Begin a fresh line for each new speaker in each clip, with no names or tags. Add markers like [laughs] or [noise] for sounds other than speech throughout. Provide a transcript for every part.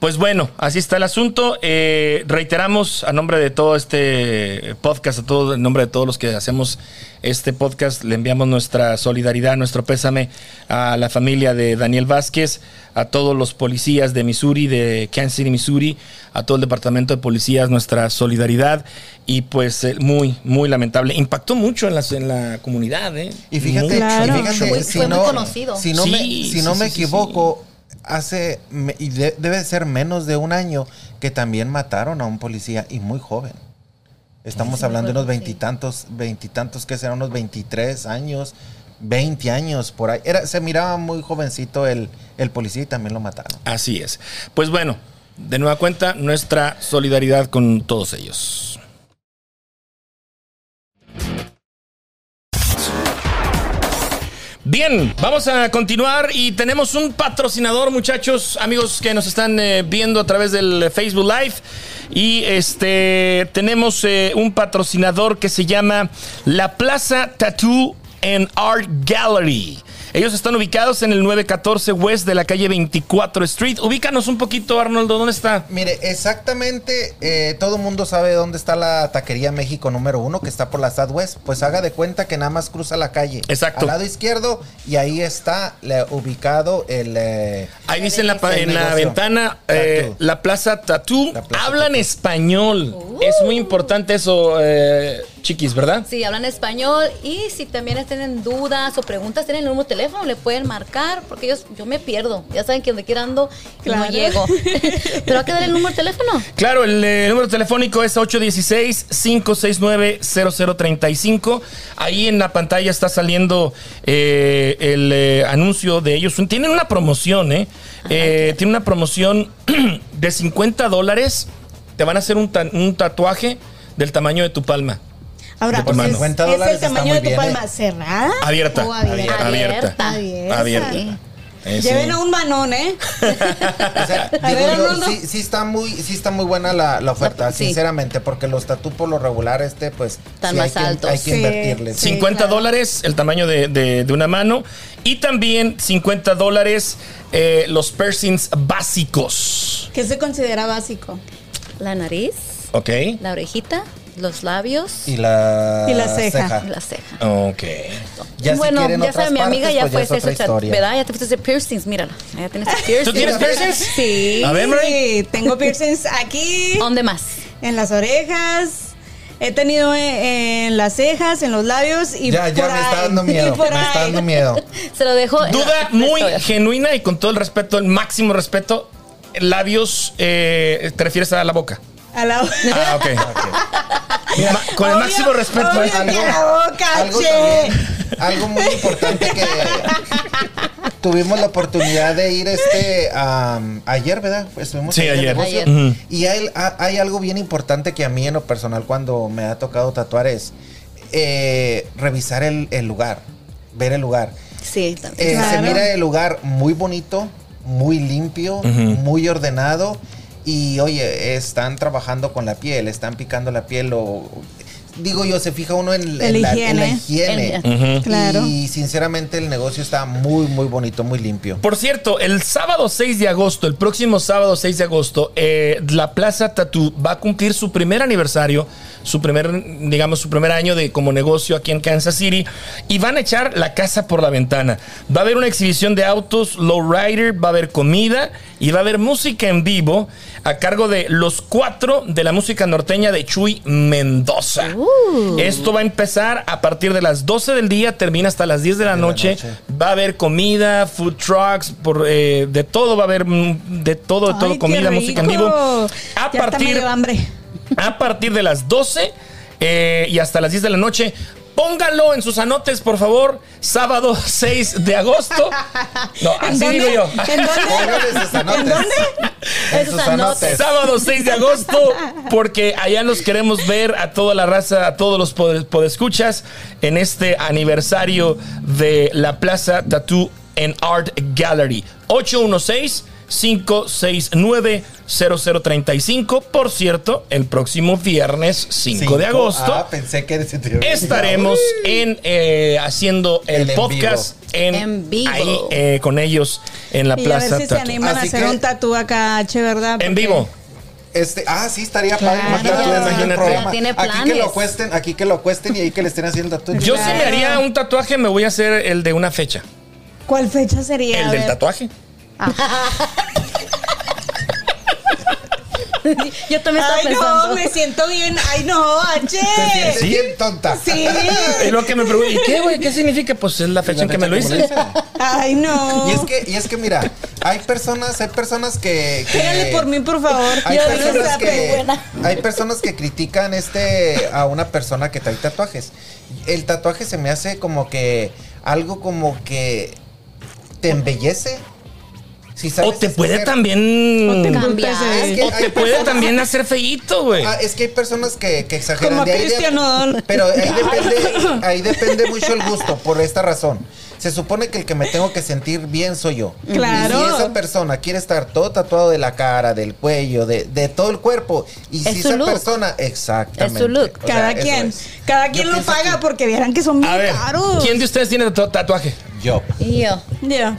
Pues bueno, así está el asunto. Eh, reiteramos a nombre de todo este podcast, a todo, en nombre de todos los que hacemos este podcast, le enviamos nuestra solidaridad, nuestro pésame a la familia de Daniel Vázquez, a todos los policías de Missouri, de Kansas City, Missouri, a todo el departamento de policías, nuestra solidaridad. Y pues eh, muy, muy lamentable. Impactó mucho en la, en la comunidad, ¿eh?
Y fíjate,
Mucho.
y
Claro.
fíjate,
Fue-
si
fue muy
no,
conocido.
Si no
Sí,
me,
sí,
si no
sí,
me
sí,
equivoco, hace me- y de- debe ser menos de un año que también mataron a un policía y muy joven. Estamos
Sí,
hablando de unos
bueno, sí.
veintitantos, veintitantos que serán unos 23 años, 20 años por ahí. Era, se miraba muy jovencito el, el policía y también lo mataron.
Así es. Pues bueno, de nueva cuenta, nuestra solidaridad con todos ellos. Bien, vamos a continuar y tenemos un patrocinador, muchachos, amigos que nos están eh, viendo a través del eh, Facebook Live. Y este tenemos eh, un patrocinador que se llama La Plaza Tattoo and Art Gallery. Ellos están ubicados en el 914 West de la calle 24 Street. Ubícanos un poquito, Arnoldo, ¿dónde está?
Mire, exactamente eh, todo el mundo sabe dónde está la taquería México número uno, que está por la Southwest. Pues haga de cuenta que nada más cruza la calle.
Exacto.
Al lado izquierdo y ahí está la- ubicado el... eh,
Ahí dice en la, pa- en la
negocio.
ventana eh,
Tattoo.
la Plaza Tattoo.
La Plaza
Hablan
Tattoo.
español. Es muy importante eso, eh, chiquis, ¿verdad?
Sí, hablan español y si también tienen dudas o preguntas, tienen el mismo teléfono, le pueden marcar porque ellos, yo me pierdo. Ya saben que donde quiera ando, no
Claro. [laughs]
llego. Pero hay que dar el número de teléfono.
Claro, el eh, número telefónico es 816-569-0035. Ahí en la pantalla está saliendo eh, el eh, anuncio de ellos. Tienen una promoción, ¿eh? Eh, Tienen una promoción [clears throat] de 50 dólares. Te van a hacer un, ta- un tatuaje del tamaño de tu palma.
Ahora, pues,
De tu mano.
¿es,
50
es
dólares
el
está
tamaño
muy
de tu
bien,
palma
¿eh?
cerrada?
Abierta.
o abierta?
Abierta.
Abierta.
Abierta. Eh, sí.
Lleven a un manón, ¿eh?
O sea,
A
digo
ver,
yo,
Arnoldo.
sí, sí está muy, sí está muy buena la, la oferta,
Sí.
sinceramente, porque los tatú por lo regular este, pues... sí hay
Están más
que-
altos.
Hay que
Sí.
invertirle.
Sí.
50
claro.
dólares, el tamaño de, de- de una mano. Y también 50 dólares eh, los piercings básicos.
¿Qué se considera básico?
La nariz,
¿Ok?
la orejita, los labios
Y la,
Y la ceja.
y la ceja.
Ok.
Ya
bueno,
si quieren
ya
otras
sabe mi amiga
partes,
ya
pues
fue
es otra
ese tra-
historia.
¿verdad? Ya te fuiste ese piercings, mírala. Ya tienes ese piercing.
tienes piercings?
Sí.
A ver, Mary.
Sí, tengo piercings aquí,
¿Dónde más?
en las orejas. He tenido eh, en las cejas, en los labios y
Ya,
por
ya me está
ahí,
dando
[laughs] y
miedo, me
por
está
ahí.
dando miedo.
Se lo dejo. en la-
Duda
en la
muy
historia.
genuina y con todo el respeto, el máximo respeto. Labios, eh, ¿te refieres a la boca?
A la
Ah, ok.
[laughs]
Ma- con el
Obvio,
máximo respeto.
obvio
eh.
que la boca,
algo,
che.
también- algo muy importante que tuvimos la oportunidad de ir este am, ayer, ¿verdad? Pues, Estuvimos
Sí,
en el
ayer.
negocio.
Ayer.
Ujú.
Y hay, ha- hay algo bien importante que a mí en lo personal cuando me ha tocado tatuar es eh, revisar el, el lugar, ver el lugar.
Sí, también.
Eh, Se
Claro.
mira el lugar muy bonito, muy limpio, muy ordenado. Y oye, están trabajando con la piel, están picando la piel o... Digo yo, se fija uno en,
El
en la, en la
higiene.
higiene.
El-
Claro.
Y sinceramente el negocio está muy, muy bonito,
[laughs]
muy limpio.
Por cierto, el sábado 6 de agosto, el próximo sábado 6 de agosto, eh, la Plaza Tattoo va a cumplir su primer aniversario, su primer, digamos, su primer año de como negocio aquí en Kansas City y van a echar la casa por la ventana. Va a haber una exhibición de autos, lowrider, va a haber comida y va a haber música en vivo a cargo de los cuatro de la música norteña de Chuy Mendoza. Esto va a empezar a partir de las 12 del día, termina hasta las 10 de la noche.
noche.
Va a haber comida, food trucks, por, eh, de todo va a haber, mm, de todo, de todo,
Ay, qué
comida, música en vivo.
rico.
Ah,
A
ya está
partir,
medio hambre.
a partir de las 12 eh, y hasta las 10 de la noche. Pónganlo en sus anotes, por favor. Sábado [laughs] 6 de agosto. No,
¿En
así
dónde?
digo yo.
¿En dónde?
Póngale sus anotes.
¿En dónde?
En
Esos
sus
anotes.
[laughs]
anotes.
Sábado 6 de agosto, porque allá nos queremos ver a toda la raza, a todos los pod- podescuchas en este aniversario de la Plaza Tattoo and Art Gallery. 816 569-0035. Por cierto, el próximo viernes 5, de agosto
Ah, pensé que se te-
estaremos en, eh, haciendo el,
El en
podcast en,
En vivo.
ahí, eh, con ellos en la
Y a
plaza
ver si se
Tatu.
animan a
Así
hacer
que-
un tatú acá, che, ¿verdad?
En
Porque-
vivo.
Este, ah, sí, estaría
Claro,
padre. Imagínate,
imagínate.
haciendo el programa.
Tiene
Aquí que
planes.
lo cuesten, aquí que lo cuesten y ahí que le estén haciendo tatuaje.
Yo
Claro.
si me haría un tatuaje, me voy a hacer el de una fecha.
¿Cuál fecha sería?
El
A
del
ver.
tatuaje.
Yo también [laughs] estaba
Ay,
pensando.
no, me siento bien. Ay, no, che.
¿Sí?
bien tonta.
Sí.
[laughs]
Y lo que me pregunto, ¿y qué, güey? ¿Qué significa? Pues es la fecha en que me lo hice.
Ay, no.
Y es que, y es que mira, hay personas, hay personas que. que-
Pégale por mí, por favor.
Hay
Yo no
personas,
sé,
que,
buena.
hay personas que critican este a una persona que trae tatuajes. El tatuaje se me hace como que algo como que te embellece. Si sabes
O te puede
hacer-
No te
también.
Cambiar.
Es
culpes, eh.
que-
O te puede también hacer feíto, güey.
Ah, es que hay personas que, que exageran.
Como
De ahí de-
Cristian Odón.
pero ahí depende, ahí depende mucho el gusto, por esta razón. Se supone que el que me tengo que sentir bien soy yo.
Claro.
Y si esa persona quiere estar todo tatuado de la cara, del cuello, de, de todo el cuerpo, y
Es
si
su
esa
look.
persona, exactamente.
Es su look.
O sea,
Cada
eso
quien.
es.
Cada
Yo
quien lo
pienso
paga
que-
porque vieran que son bien
A ver,
caros.
¿quién de ustedes tiene tatu- tatuaje?
Yo.
Y yo.
Ya.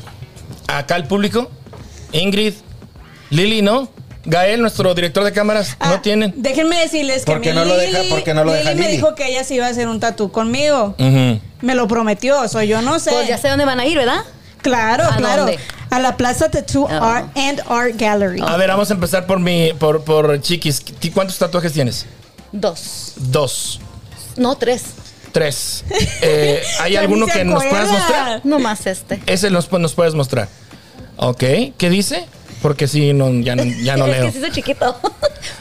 Acá el público. Ingrid, Lili, ¿no? Gael, nuestro director de cámaras,
Ah,
no tienen.
Déjenme decirles que
¿Por qué
mi
no lo
Lili-
deja- por qué no lo
Lili
deja
me
Lili? Mm.
dijo que ella se iba a hacer un tatú conmigo.
Ujú.
Me lo prometió, soy yo no sé.
Pues ya sé dónde van a ir, ¿verdad?
Claro,
¿A
claro.
dónde?
A la Plaza Tattoo
Ah.
Art and Art Gallery.
A ver, vamos a empezar por mi, por, por Chiquis. ¿Ti- ¿Cuántos tatuajes tienes?
Dos.
Dos,
No, tres.
[laughs]
[laughs]
tres. Eh, ¿Hay
Ya ni
alguno
se
que nos puedas
acuerda.
mostrar?
No más este.
Ese nos, pu- nos puedes mostrar. Ok, ¿qué dice? Porque sí, no, ya, no- ya no
[laughs] es
leo.
que se hizo chiquito.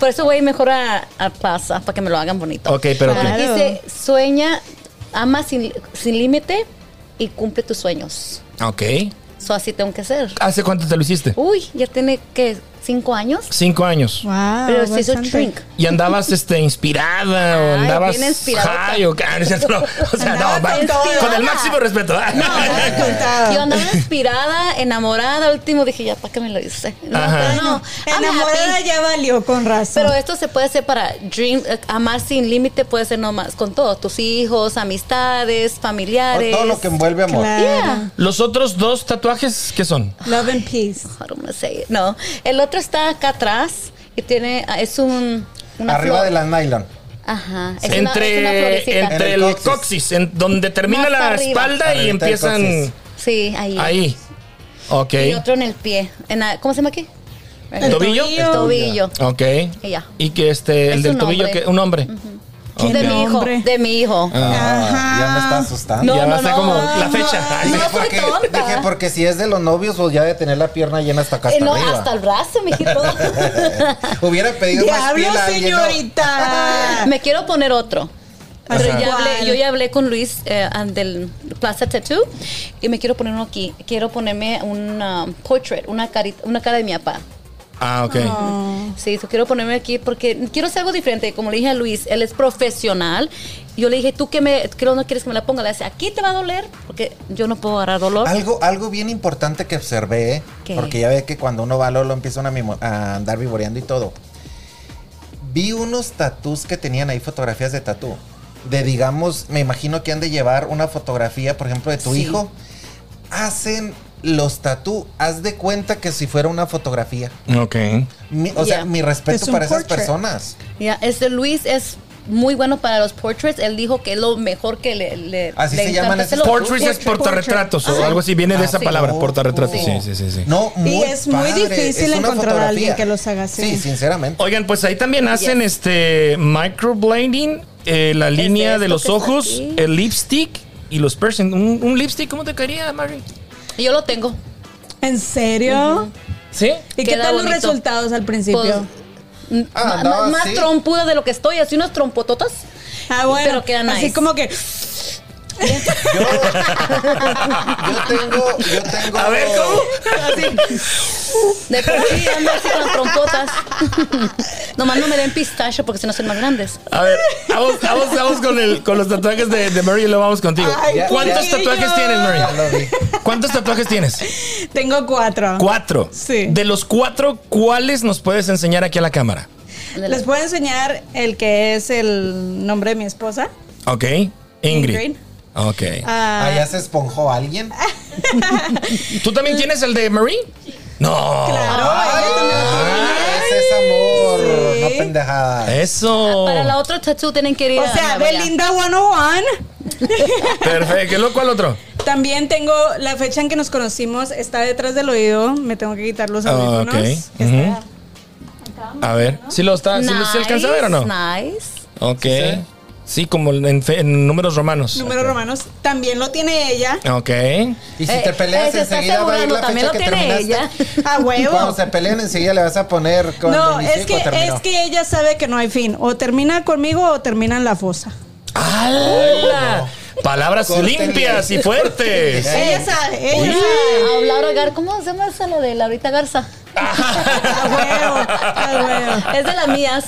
Por eso voy mejor a, a Plaza, para que me lo hagan bonito.
Ok, pero
Ah,
¿qué?
Dice, sueña, ama sin, sin límite y cumple tus sueños.
Ok.
Eso así tengo que ser.
¿Hace cuánto te lo hiciste?
Uy, ya tiene, que ¿Cinco años?
Cinco años.
Wow.
pero se hizo
bastante.
[laughs] shrink.
¿Y andabas este, inspirada o
Ay,
andabas
bien inspirada.
high o, qué? Ah, no es cierto, no. O sea, no,
Andaba
va-
con todo.
con el máximo respeto.
Ah, contado.
Yo andaba inspirada, enamorada, al último dije, ya, ¿para qué me lo hice? No,
Ajá.
pero no, I'm
Enamorada
happy.
ya valió con razón.
Pero esto se puede hacer para dream, eh, amar sin límite puede ser nomás con todos, tus hijos, amistades, familiares.
Todo lo que envuelve amor.
Claro.
Yeah.
¿Los otros dos tatuajes qué son?
Love and peace.
I don't wanna say it. No, el otro está acá atrás y tiene, ah, es un, una
Arriba
flor.
de la nylon.
Ajá, es, una, es una
entre
florecita.
entre
En
el,
el
coxis,
coxis.
en donde termina
Más
la
arriba.
espalda y
Arribita del
empiezan
coxis.
sí, ahí.
ahí. Ok.
Y otro en el pie. En la- ¿Cómo se llama aquí?
¿El tobillo?
El tobillo.
Ok.
Y ya.
Y que este, el
Es
del
un
tobillo,
hombre.
que un hombre.
¿Qué
De mi hijo,
nombre?
de mi hijo.
Ajá.
Ah, Ya me está asustando.
No,
ya va
no,
a ser
no.
como la fecha. Ay,
No
Dije,
soy
porque,
tonta.
dije, porque si es de los novios, pues ya de tener la pierna llena hasta acá
Eh,
hasta
no,
arriba.
hasta el brazo,
[laughs]
mijito.
Hubiera pedido más
Diablo,
pila, alguien, pues, ¿no?
señorita.
[laughs] [laughs] Me quiero poner otro.
Ajá.
Pero ya hablé-
¿Cuál?
yo ya hablé con Luis eh, and del Plaza Tattoo y me quiero poner uno aquí. Quiero ponerme un um, portrait, una, carita, una cara de mi papá.
Ah, ok.
Sí, so quiero ponerme aquí porque quiero hacer algo diferente. Como le dije a Luis, él es profesional. Yo le dije, ¿tú qué, me, qué no quieres que me la ponga? Le dice, aquí te va a doler porque yo no puedo agarrar dolor.
Algo, algo bien importante que observé, ¿eh?
¿Qué?
porque ya ve que cuando uno va a Lolo empieza uno a, mimo- a andar vivoreando y todo. Vi unos tatús que tenían ahí fotografías de tatú. De digamos, me imagino que han de llevar una fotografía, por ejemplo, de tu
Sí.
hijo. Hacen los tatú, haz de cuenta que si fuera una fotografía.
Ok.
Mi- o
Yeah.
sea, mi respeto
Es un
para esas
portrait.
personas.
Ya, este Luis es muy bueno para los portraits. Él dijo que es lo mejor que le. le
Así
le
se
encanta
llaman
hacer
esos
los-
Portrait es
Portrait.
portarretratos o algo así. Viene de
Ah,
esa
sí.
palabra,
Oh,
portarretratos.
oh.
Sí, sí, sí. sí.
No, muy
es muy
padre,
difícil
es una
encontrar a alguien
fotografía.
que los haga así.
Sí, sinceramente.
Oigan, pues ahí también hacen este microblading, eh, la línea
esto
de los
que está
ojos,
aquí.
el lipstick y los piercing. ¿Un, un lipstick cómo te caería, Mary?
Yo lo tengo.
¿En serio?
¿Sí?
¿Y qué
Queda
tal los
bonito.
resultados al principio?
Pues,
Ah,
ma-
andaba
ma- más
así.
trompuda de lo que estoy, así unas trompototas.
ah, bueno.
Pues, pero queda
Así
nice.
como que.
Yo, yo tengo, yo tengo.
A ver, ¿cómo?
uh, [laughs] Así.
De por
[laughs]
sí ando así con las trompotas. [laughs] Nomás no me den pistacho porque si no son más grandes.
A ver, vamos, vamos, vamos con, el, con los tatuajes de, de Murray y lo vamos contigo.
Ay,
ya-
¿Cuántos
ya-
tatuajes
ya.
tienes,
Ya lo
Murray?
vi.
¿Cuántos tatuajes tienes?
Tengo cuatro.
Cuatro.
Sí.
De los cuatro, ¿cuáles nos puedes enseñar aquí a la cámara?
De la-
Les puedo enseñar el que es el nombre de mi esposa.
Ok. Ingrid.
Ingrid.
Ok.
Ah,
Allá se esponjó alguien.
¿Tú también tienes el de Murray? No.
eh,
Ah,
Claro, ella también lo tiene.
Ese es amor,
sí.
no pendejada.
Ah,
Eso.
Para la otra tattoo tienen que ir
O
a
sea,
la Bella.
Belinda 101.
Perfecto. ¿Qué es lo cual otro?
También tengo la fecha en que nos conocimos, está detrás del oído. Me tengo que quitar los
Ah,
audífonos.
ok.
Está-
Ujú. A ver. ¿Si lo está, si lo se alcanza a ver o no?
Nice.
Ok. Sí,
Sí, sí.
como en, fe- en números romanos.
Números romanos. También lo tiene ella.
Ok.
Y si
Eh,
te
eh,
peleas
se está
enseguida va a ir
asegurando,
la
también
fecha
lo
que
tiene
terminaste. [laughs]
ella.
A huevo.
Cuando se peleen enseguida le vas a poner con ¿eh?
No,
el
es que, es que ella sabe que no hay fin. O termina conmigo o termina en la fosa.
¡Hala! Palabras
Córtenle.
limpias y fuertes.
Ay.
Ella sabe, ella
Ah, Laura Gar, ¿cómo se llama esa la de Laurita Garza?
sabe. A Ah, huevo, a huevo.
Es de las mías.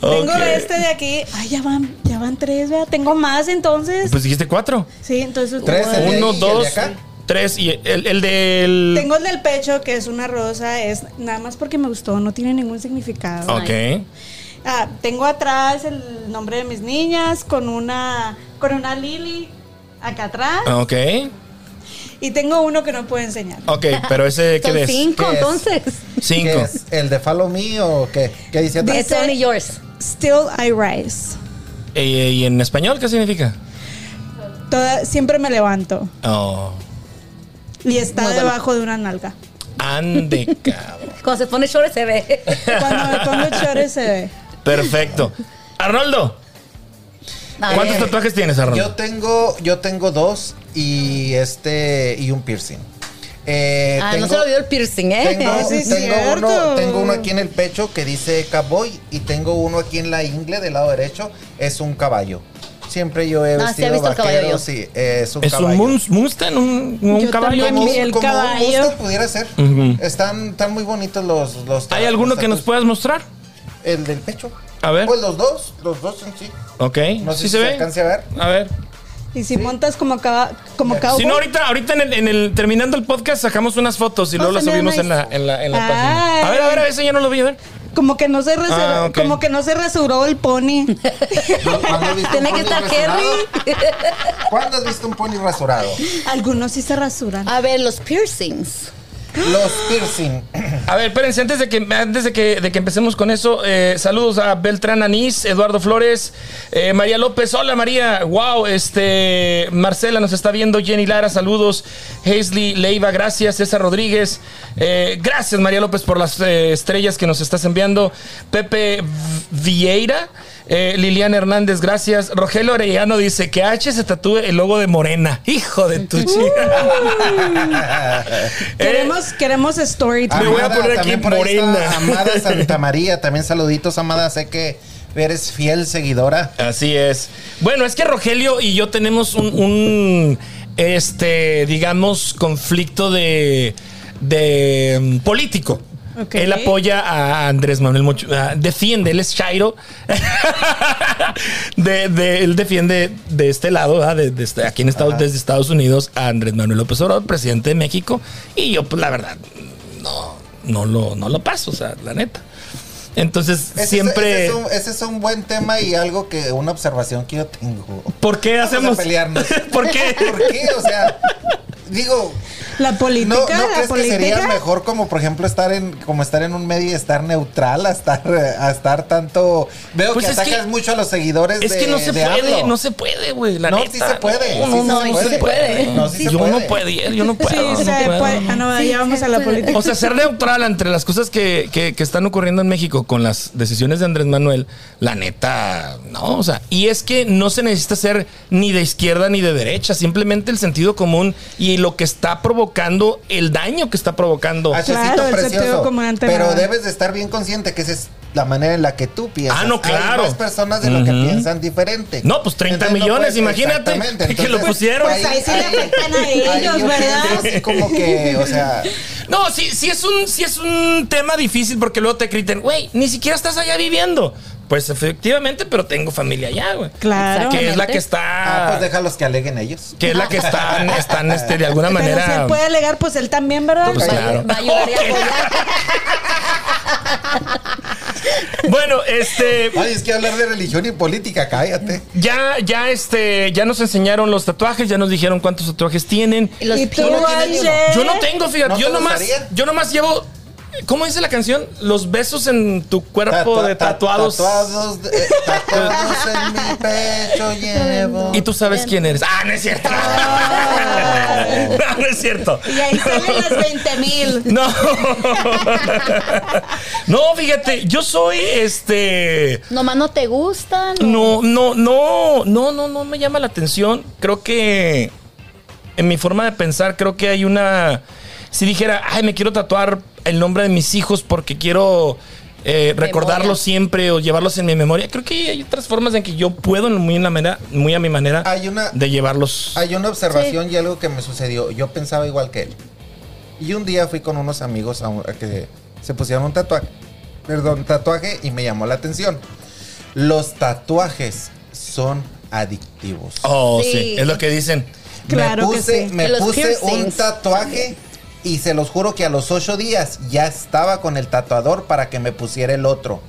Tengo
Ok.
este de aquí. Ay, ya van, ya van tres, ¿verdad? Tengo más entonces.
Pues dijiste cuatro.
sí, entonces
Tres,
tengo-
¿El de
Uno,
ahí y el de
dos,
acá?
tres y el, el del.
Tengo el del pecho, que es una rosa, es nada más porque me gustó, no tiene ningún significado.
Ok.
Ah, tengo atrás el nombre de mis niñas con una con una lily acá atrás
Ah, Ok.
y tengo uno que no puedo enseñar.
[laughs]
Ok, pero ese
Son
¿qué es?
cinco,
¿Qué es?
entonces.
Cinco.
es? ¿El de Follow Me o qué? ¿Qué dice atrás?
It's only yours.
Still I rise.
Eh, ¿Y en español qué significa?
Toda- siempre me levanto
Oh.
y está
Muy bueno.
debajo de una nalga.
Ande,
[laughs]
cabrón.
Cuando se pone short se ve.
Cuando me pongo chores se ve.
Perfecto. Arnoldo,
A
¿cuántos
ver.
tatuajes tienes, Arnoldo?
Yo tengo, yo tengo dos y este y un piercing. Eh,
Ah, no se le olvidó el piercing, ¿eh? [laughs]
Tengo,
Sí, es
tengo
cierto.
uno, tengo uno aquí en el pecho que dice cowboy y tengo uno aquí en la ingle del lado derecho, es un caballo. Siempre yo he
Ah, sí, he
vestido
visto el caballo
vaquero,
yo.
sí, eh, es un
¿Es
caballo.
un mus- Mustang? ¿Un, un
Yo
caballo?
también.
Como,
Y el
como
caballo.
un Mustang pudiera ser.
Ujú.
están, están muy bonitos los, los
¿Hay alguno que nos
pueda
puedas mostrar?
El del pecho.
A ver.
Pues los dos, los dos en sí.
Ok.
No sé
¿Sí
si
se
se
ve?
alcance a ver.
A ver.
Y si montas como acá como
Oh,
cowboy.
Si no, ahorita, ahorita en el, en el- terminando el podcast sacamos unas fotos y luego las
se me
subimos
ve
en la, en la, en la
Ay.
página. A ver, a ver, a ver, ese ya no lo vi, a ver.
Como que no se resuró,
Ah, ok.
como que no se rasuró el pony.
[laughs] Tiene que estar Kerry.
¿Cuándo has visto un pony rasurado?
Algunos sí se rasuran.
Ah,
A ver, los piercings.
Los piercing.
A ver, espérense, antes de que, antes de que, de que empecemos con eso, eh, saludos a Beltrán Anís, Eduardo Flores, eh, María López, hola María, wow, este, Marcela nos está viendo, Jenny Lara, saludos, Hazley Leiva, gracias, César Rodríguez, eh, gracias María López por las eh, estrellas que nos estás enviando, Pepe V- Vieira, eh, Liliana Hernández, gracias, Rogelio Orellano dice que H se tatúe el logo de Morena, [laughs] hijo de tu chica. eh.
Queremos, queremos
Me
story time.
voy a poner
también
aquí
por ahí está
morena.
Amada Santa María, también saluditos, Amada. Sé que eres fiel seguidora.
Así es. Bueno, es que Rogelio y yo tenemos un, un, este, digamos, conflicto de, de mm, político.
Ok.
Él apoya a Andrés Manuel Mocho, ah, defiende, él es Chairo. [laughs] de, de- él defiende de este lado, ¿verdad? De- de este- aquí en Estados, desde Estados Unidos, a Andrés Manuel López Obrador, presidente de México. Y yo, pues la verdad, no, no, lo, no lo paso, o sea, la neta. Entonces,
Ese es-
siempre.
ese es, un, ese es un buen tema y algo que, una observación que yo tengo.
¿Por qué
Vamos a
hacemos?
pelearnos.
[laughs] ¿Por qué?
¿Por qué? O sea, digo,
Ah.
La política,
¿no, ¿no
la
crees que
política.
sería mejor como por ejemplo estar en, como estar en un medio y estar neutral, a estar, a estar tanto. Veo
Pues
que
es que-
atacas mucho a los seguidores.
Es
de-
que no se
de
puede,
AMLO.
no se puede, güey. la
No,
neta.
sí se puede,
No,
sí
no, no,
se
no
puede.
se puede.
No, sí se
yo no
puede.
puedo, yo no
Sí,
puedo.
se
no puedo.
pues,
puede. Ah, no, ya vamos a la política.
O sea, ser neutral entre las cosas que, que- que están ocurriendo en México con las decisiones de Andrés Manuel, la neta, no, o sea, y es que no se necesita ser ni de izquierda ni de derecha, simplemente el sentido común y lo que está provocando, el daño que está provocando.
Hachecito
Claro, el sentido
precioso.
común ante
Pero
nada.
debes de estar bien consciente que ese es la manera en la que tú piensas.
Ah, no, claro.
Hay más personas de lo que
Ujú.
piensan diferente.
No, pues 30
Entonces, no
millones,
puedes-
imagínate.
exactamente,
que lo
entonces,
pusieron.
pues ahí sí le afectan a
ahí
ellos,
yo
¿verdad?
pienso Así como que, o sea,
No, sí, sí es un, sí es un tema difícil porque luego te griten, güey, ni siquiera estás allá viviendo. Pues efectivamente, pero tengo familia allá, güey.
Claro.
Que es la que
ah,
está.
pues déjalos que aleguen ellos.
que es
[laughs]
la que están, están este, de alguna
Pero si
manera.
él puede alegar, pues él también, ¿verdad?
Pues,
Va-
claro.
va a ayudar y
Ok.
apoyar.
Bueno, este.
Ay, es que hablar de religión y política, cállate.
Ya, ya, este, ya nos enseñaron los tatuajes, ya nos dijeron cuántos tatuajes tienen.
Y los
¿Y tú,
Yo no tiene ni uno.
Ángel?
Yo no tengo, fíjate,
¿No
yo
te
nomás,
gustaría?
yo nomás llevo. ¿Cómo dice la canción? Los besos en tu cuerpo
Tatua-
de
ta-
tatuados.
Tatuados, eh, tatuados en mi
[laughs]
pecho llevo.
Y tú sabes quién eres. Ah, no es cierto. [laughs] no, no es cierto.
Y ahí salen las 20 mil.
[laughs] No. no, fíjate, yo soy este.
Nomás no te gustan.
No, no, no, no, no, no me llama la atención. Creo que en mi forma de pensar, creo que hay una. Si dijera, ay, me quiero tatuar el nombre de mis hijos porque quiero eh, recordarlos siempre o llevarlos en mi memoria. Creo que hay otras formas en que yo puedo, muy, en la manera, muy a mi manera,
Hay una-
de llevarlos.
Hay una observación Ah, y algo que me sucedió. Yo pensaba igual que él. Y un día fui con unos amigos a, un- a que se pusieron un tatuaje. Perdón, tatuaje y me llamó la atención. Los tatuajes son adictivos.
Oh, sí.
Sí.
es lo que dicen.
Claro
me
que
puse,
sí.
me
Y los
puse un
piercings.
tatuaje y se los juro que a los ocho días ya estaba con el tatuador para que me pusiera el otro.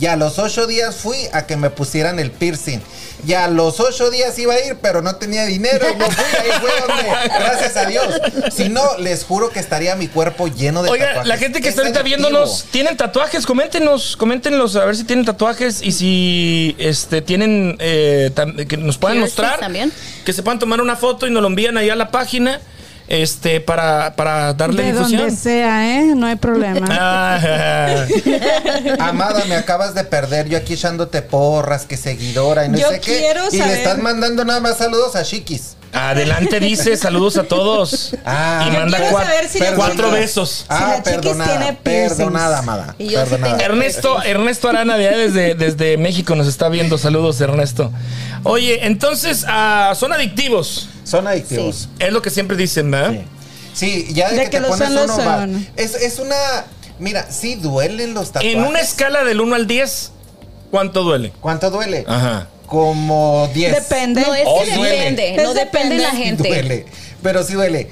Y a los ocho días fui a que me pusieran el piercing. Y a los ocho días iba a ir, pero no tenía dinero. y no fui, ahí fue donde, gracias a Dios. Si no, les juro que estaría mi cuerpo lleno de
Oiga,
tatuajes.
la gente que está
Es
ahorita
adictivo.
viéndonos, ¿tienen tatuajes? Coméntenos, coméntenos a ver si tienen tatuajes y si este tienen eh, tam- que nos puedan
Piercings
mostrar.
también.
Que se puedan tomar una foto y nos lo envían ahí a la página este para, para darle
De donde
difusión.
sea, ¿eh? No hay problema.
Ah, [laughs]
Amada, me acabas de perder. Yo aquí echándote porras, que seguidora y no
Yo
sé qué.
quiero
Y
saber-
le estás mandando nada más saludos a Chiquis.
adelante dice, saludos a todos.
Ah.
y
Yo
manda
quiero
cua-
saber si la
cuatro
chiquis-
besos.
Si
Ah,
la chiquis tiene
perdonada,
piercings.
perdonada, amada.
Y yo sí
Perdonada.
tengo-
Ernesto, Ernesto Arana de allá desde, desde México nos está viendo. Saludos, Ernesto. Oye, entonces ah, son adictivos.
Son adictivos.
Sí.
Sí.
Es lo que siempre dicen, ¿verdad?
ya de,
De
que,
que
te
lo
pones
son, lo
uno va.
son.
Es, es una. Mira, sí duelen los tatuajes.
En una escala del 1 al 10, ¿cuánto duele?
¿Cuánto duele?
Ajá.
Como 10.
Depende.
No, es
Oh,
que
duele.
depende.
Es
No depende
Pues depende.
la gente.
Duele. Pero sí duele.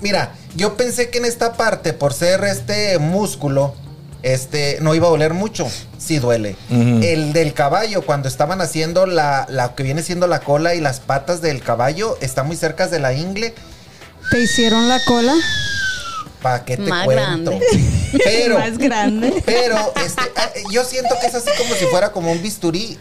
Mira, yo pensé que en esta parte, por ser este músculo, este, no iba a doler mucho. Sí duele.
Ujú.
El del caballo, cuando estaban haciendo la, la que viene siendo la cola y las patas del caballo, está muy cerca de la ingle.
¿Te hicieron la cola?
¿Para qué te
Más
cuento?
grande.
[laughs]
[laughs]
Pero,
Más grande.
pero este, ah, yo siento que es así como si fuera como un bisturí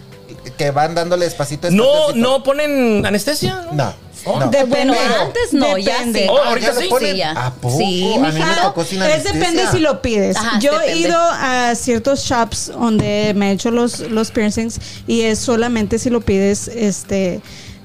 que van dándole despacito.
No,
despacito.
no ponen anestesia.
No,
Oh.
no.
Bueno,
Pero-
antes no, ya
Depende.
sí.
Oh,
Ah,
ahorita
¿ya lo
sí.
ponen?
Sí, ya.
¿A poco?
Sí,
A mí me
mijito.
tocó sin
es
anestesia.
depende si lo pides.
Ajá,
Yo he
depende.
ido a ciertos shops donde me he hecho los, los piercings y es solamente si lo pides, este,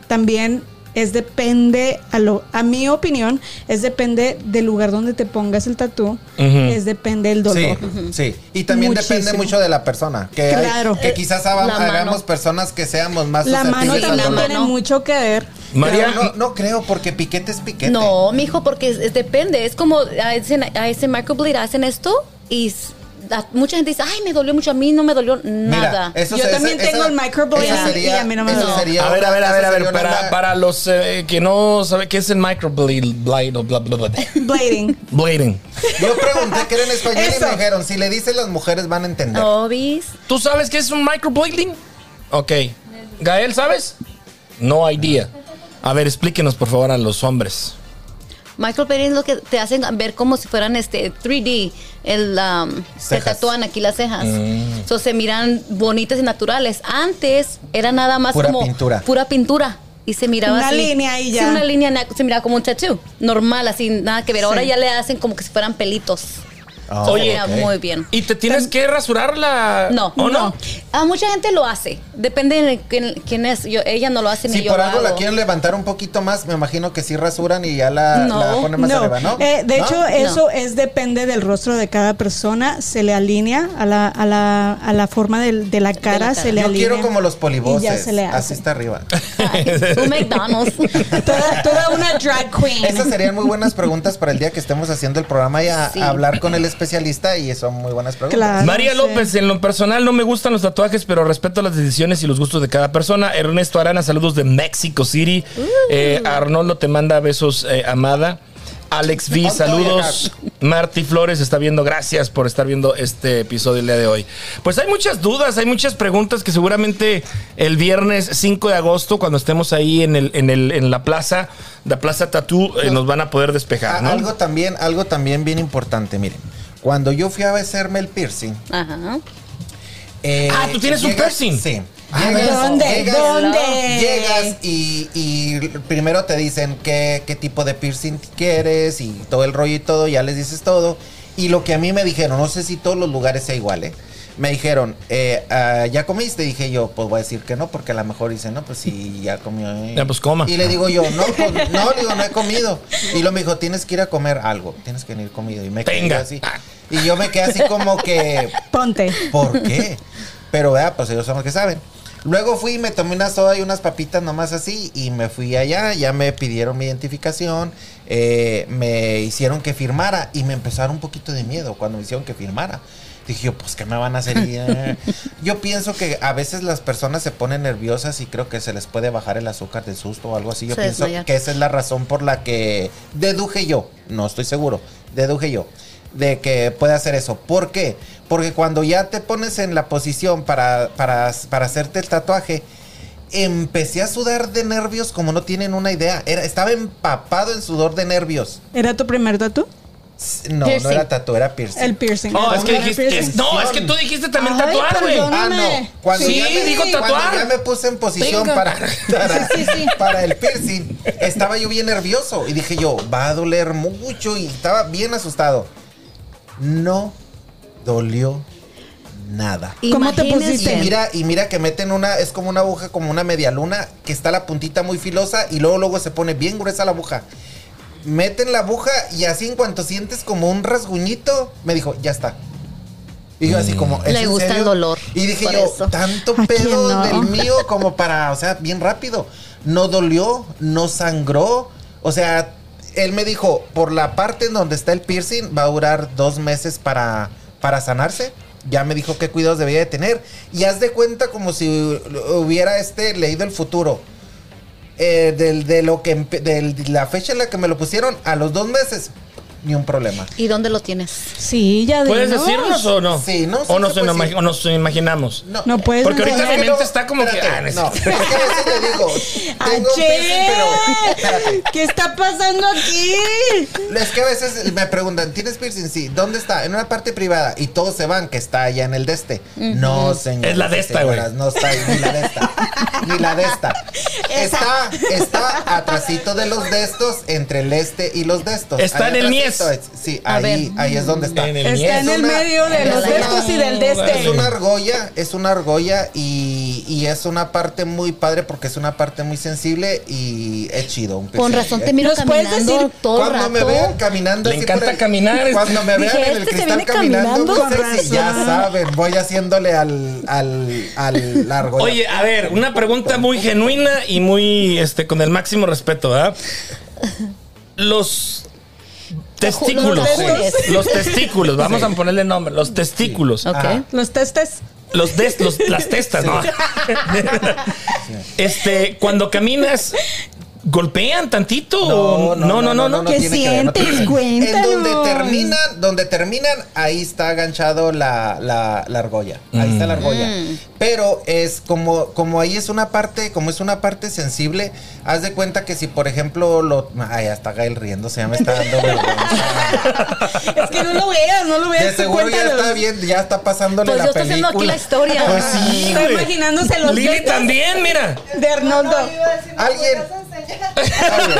también es depende a lo, a mi opinión, es depende del lugar donde te pongas el tatú, es depende del
Sí,
dolor.
sí. Y también depende
Muchísimo.
mucho de la persona. Que, hay-
Claro.
que quizás haba-
La mano.
hagamos personas que seamos más
La mano
susceptibles al
también
dolor.
tiene
mano.
mucho que ver.
María,
Pero no, no creo, porque piquete es piquete.
No, mijo, porque es- es- depende. Es como a ese, a ese microbleed hacen esto y s- a- mucha gente dice, ay, me dolió mucho. A mí no me dolió nada.
eso
Yo
se-
también tengo el microblading
esa
y a mí no me
eso
duele.
sería
a ver, a
una-
ver, a
esa
ver, a
sería
ver,
una-
para, para los eh, que no saben qué es el microblading. Blading.
Blading.
blading.
Yo pregunté que era en español y
Eso.
me dijeron, si le dicen las mujeres van a entender.
No, ¿vis?
¿Tú sabes qué es un microblading? Ok. Gael, ¿sabes? No idea. A ver, explíquenos por favor a los hombres.
Microblading es lo que te hacen ver como si fueran este 3D. El, um, te
Cejas. Mm.
tatúan aquí las cejas. So, se miran bonitas y naturales. Antes era nada más
Pura
como
pintura.
pura pintura. Y se miraba
Una
así.
línea y ya.
Sí, una línea, na- se miraba como un tattoo. Normal, así, nada que ver. Ahora
Sí.
ya le hacen como que si fueran pelitos.
Ah,
Oye,
Queda
ok.
muy bien.
¿Y te tienes que rasurar la.?
No,
¿O no?
A mucha gente lo hace. Depende de quién, quién es. Yo, ella no lo hace
Si
ni yo
por
lo
algo la
hago.
quieren levantar un poquito más, me imagino que sí rasuran y ya la,
No.
la ponen más arriba, ¿no?
Eh, de
¿No?
hecho, eso es depende del rostro de cada persona. Se le alinea a la, a la, a la forma del- de, la cara,
cara.
se le
yo
alinea.
quiero como los
Y ya
polivoces.
se le hace.
Así está arriba.
Ay,
[laughs]
un McDonald's.
Toda, toda una drag queen.
Esas serían muy buenas preguntas para el día que estemos haciendo el programa y a,
Sí.
a hablar con el especialista y son muy buenas preguntas.
Claro,
María
sí.
López, en lo personal no me gustan los tatuajes, pero respeto las decisiones y los gustos de cada persona. Ernesto Arana, saludos de Mexico City. Eh, Arnoldo te manda besos, eh, Amada. Alex V,
Ando,
saludos. Marty Flores está viendo, gracias por estar viendo este episodio el día de hoy. Pues hay muchas dudas, hay muchas preguntas que seguramente el viernes 5 de agosto, cuando estemos ahí en, el, en, el, en la plaza, la plaza Tatú, eh, nos van a poder despejar.
A-
¿no?
Algo también, algo también bien importante, miren. Cuando yo fui a hacerme el piercing.
Ajá.
eh,
Ah, ¿tú tienes un
llegas-
piercing?
Sí.
Ah,
Llegas-
¿Dónde?
llegas-
¿Dónde?
Llegas y, y primero te dicen qué, qué tipo de piercing quieres y todo el rollo y todo, ya les dices todo. Y lo que a mí me dijeron, no sé si todos los lugares sea igual, ¿eh? Me dijeron, eh, ah, ¿ya comiste? Dije yo, pues voy a decir que no, porque a lo mejor dicen, no, pues sí, ya comió. eh".
Ya, pues, coma.
Y le digo yo, no,
[laughs]
pues, no, le digo, no he comido. Y lo me dijo, tienes que ir a comer algo, tienes que venir comido. Y me quedé
Tenga.
así. Y yo me quedé así como que,
Ponte.
¿Por qué? Pero vea, pues ellos son los que saben. Luego fui, me tomé una soda y unas papitas nomás así y me fui allá, ya me pidieron mi identificación, eh, me hicieron que firmara y me empezaron un poquito de miedo cuando me hicieron que firmara. Dije yo, pues ¿qué me van a hacer? [laughs] Y, eh, Yo pienso que a veces las personas se ponen nerviosas y creo que se les puede bajar el azúcar del susto o algo así. Yo
Se
pienso
desmayan.
que esa es la razón por la que deduje yo, no estoy seguro, deduje yo de que puede hacer eso. ¿Por qué? Porque cuando ya te pones en la posición para, para, para hacerte el tatuaje, empecé a sudar de nervios como no tienen una idea. Era, estaba empapado en sudor de nervios.
¿Era tu primer tatu?
S- No, no
Piercing.
era tatu, era piercing.
El piercing.
No,
¿Era
es
tu
que
primer
dijiste,
piercing?
es- no, es que tú dijiste también
Ay,
tatuar, güey.
perdón.
Ah, no.
Perdóname.
Cuando,
Sí,
ya, me,
dijo
cuando
tatuar.
ya me puse en posición
Venga.
para, para,
Sí, sí, sí.
para el piercing, estaba yo bien nervioso. Y dije yo, va a doler mucho. Y estaba bien asustado. No dolió nada.
¿Cómo te
Imagínense.
pusiste?
Y mira, y mira que meten una, es como una aguja, como una media luna, que está la puntita muy filosa y luego luego se pone bien gruesa la aguja. Meten la aguja y así en cuanto sientes como un rasguñito, me dijo, ya está. Y yo así como, ¿es
Le
en
gusta el
serio?
dolor,
Y dije
por
yo,
eso.
tanto
¿A quién
pedo
no?
del mío como para, o sea, bien rápido. No dolió, no sangró. O sea, él me dijo, por la parte en donde está el piercing, va a durar dos meses para, para sanarse. Ya me dijo qué cuidados debía de tener. Y haz de cuenta como si hubiera este leído el futuro. Eh, del, de lo que empe- del- de la fecha en la que me lo pusieron a los dos meses, ni un problema.
¿Y dónde lo tienes?
Sí, ya
¿Puedes
dinos.
decirnos o no?
Sí, no, sí
o, nos
se puede
ima-
decir.
o nos imaginamos.
No puedes
Porque ahorita
mencionar.
mi mente está como que, ah,
no,
necesito-
es que a veces le digo,
[laughs]
tengo un piercing,
¡Aché!
pero espérate.
[laughs] ¿Qué está pasando aquí?
Es que a veces me preguntan, ¿tienes piercing? Sí, ¿dónde está? En una parte privada. Y todos se van, que está allá en el de este. No, señor.
Es la de esta, güey.
No está ahí, ni la de esta. ni la de
[laughs]
esta. Está, está atrasito de los de estos, entre el este y los de estos.
Está
Ahí
en el
atrasito
niés.
es- Sí,
A
ahí,
ver.
ahí es donde está.
En el niés.
Está en
Es
el
una-
medio de
es
los
una-
de estos y del de
Es
este.
una argolla, es una argolla y, y es una parte muy padre porque es una parte muy sensible y es chido. un
Pues
Con
piercing.
razón te
Eh,
miro
¿Nos puedes
caminando
decir
todo el
cuando
rato.
me vean caminando
Le
así
encanta
por el-
caminar, este.
cuando me vean
Dije,
en el
¿este se
cristal
viene
caminando,
caminando?
muy
Con
sexy,
razón.
ya saben voy haciéndole al al al la argolla
Oye, a ver, una pregunta muy genuina y muy, este, con el máximo respeto, ¿verdad? Los testículos.
Los testes.
Los testículos, vamos a ponerle nombre. Los testículos.
Ok.
Ajá.
Los testes.
Los des- los- las testas, ¿no? Este, cuando caminas, golpean tantito. o- No, no, no, no.
¿Qué
tiene que ver, no tiene
sientes?
que ver. En donde
Cuéntanos.
terminan, donde terminan, ahí está aganchado la, la- la argolla. Ahí está la argolla. Pero es como, como ahí es una parte, como es una parte sensible, haz de cuenta que si por ejemplo lo. Ay, hasta Gael riéndose, ya me está dando vergüenza.
Es que no lo veas, no lo
De
veas. tú
seguro ya
Pues, cuéntalo.
está bien, ya está pasándole
Pues
la
yo estoy
película.
haciendo aquí la historia.
Pues sí,
Está
güey.
imaginándose los
Lili
testes
también, mira.
de Arnoldo.
Alguien.
Enseñar.
alguien.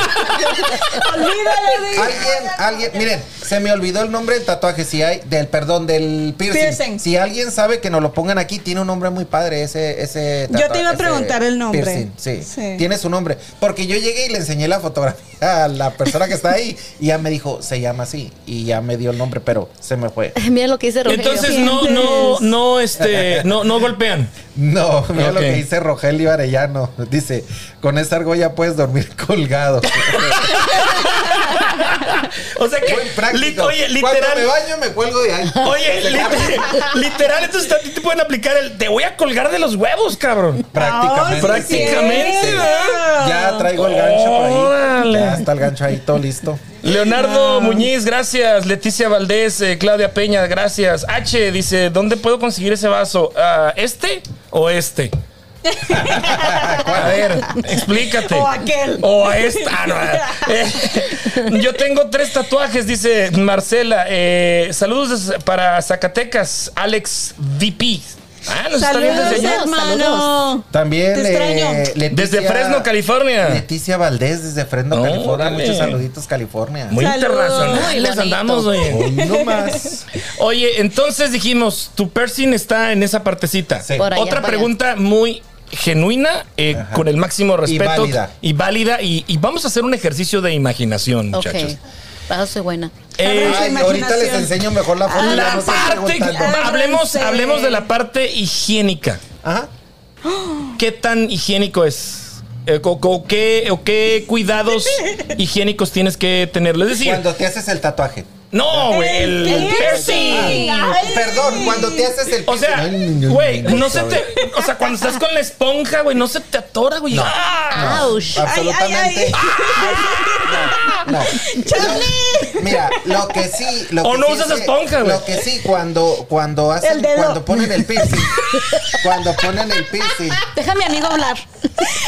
Olvídale de
Ah,
Alguien, alguien, miren, Se me olvidó el nombre del tatuaje, si hay, del, perdón, del piercing.
Piercing.
Si alguien sabe que nos lo pongan aquí, tiene un nombre muy padre ese, ese
Yo
tatua-
te iba a
ese
preguntar el nombre.
piercing, sí.
Sí.
Tiene su nombre. Porque yo llegué y le enseñé la fotografía a la persona que está ahí y ya me dijo, se llama así. Y ya me dio el nombre, pero se me fue.
[laughs] Mira lo que dice Rogelio.
Ah. Entonces no, no, no, este, no, no golpean.
No, mira lo
Ok.
que dice Rogelio Arellano. Dice, con esa argolla puedes dormir
[laughs]
[laughs] colgado.
O sea
Muy
que,
práctico.
li- oye,
Cuando me
literal,
baño me cuelgo de ahí.
oye, liter- [laughs] literal, entonces a ti te pueden aplicar el, te voy a colgar de los huevos, cabrón.
Prácticamente.
Oh, sí, prácticamente,
Sí.
¿verdad?
Ya traigo el gancho por ahí.
Órale.
Ya está el gancho ahí, todo listo.
Leonardo Muñiz, gracias. Leticia Valdés, eh, Claudia Peña, gracias. H dice, ¿dónde puedo conseguir ese vaso? Ah, ¿Este o este? A ver, explícate.
O aquel.
O a esta. Ah, no. Eh, yo tengo tres tatuajes, dice Marcela. Eh, saludos des- para Zacatecas, Alex VP. Ah, nos está viendo
Saludos,
desde allá.
señor.
hermano.
También
Te
eh,
extraño.
Desde Fresno, California.
Leticia Valdés desde Fresno,
No,
California.
órale.
Muchos saluditos, California.
Muy
Saludos.
Muy
internacionales
bonito.
andamos, oye.
[laughs]
[laughs]
Hoy no más.
Oye, entonces dijimos, tu piercing está en esa partecita.
Sí.
Por allá,
Otra
por allá.
pregunta muy genuina, eh,
Ajá.
con el máximo respeto.
válida.
Y válida. Y, y vamos a hacer un ejercicio de imaginación,
Ok.
muchachos.
Bajo soy buena.
Eh,
Abran
Ay, ahorita les
imaginación.
enseño mejor la foto. ya
la
no estoy
parte,
preguntando.
hablemos,
Ábranse.
hablemos de la parte higiénica.
Ajá.
¿Qué tan higiénico es? Eh, o, o qué, o qué cuidados higiénicos tienes que tener? Es decir,
Cuando te haces el tatuaje.
no, güey, el,
El
piercing.
piercing. Ay.
Perdón, cuando te haces el
O sea,
Ay,
güey, no se
sabe.
te. O sea, cuando estás con la esponja, güey, no se te atora, güey. ¡Ah!
Ouch.
Absolutamente.
Ay, ay, [laughs]
No. Este,
Charlie.
Mira, lo que sí. Lo
O
que
no
sí
usas
es que-
esponja, güey.
Lo que sí, cuando, cuando hacen.
El dedo.
Cuando ponen el piercing. cuando ponen el piercing.
Deja a mi amigo hablar.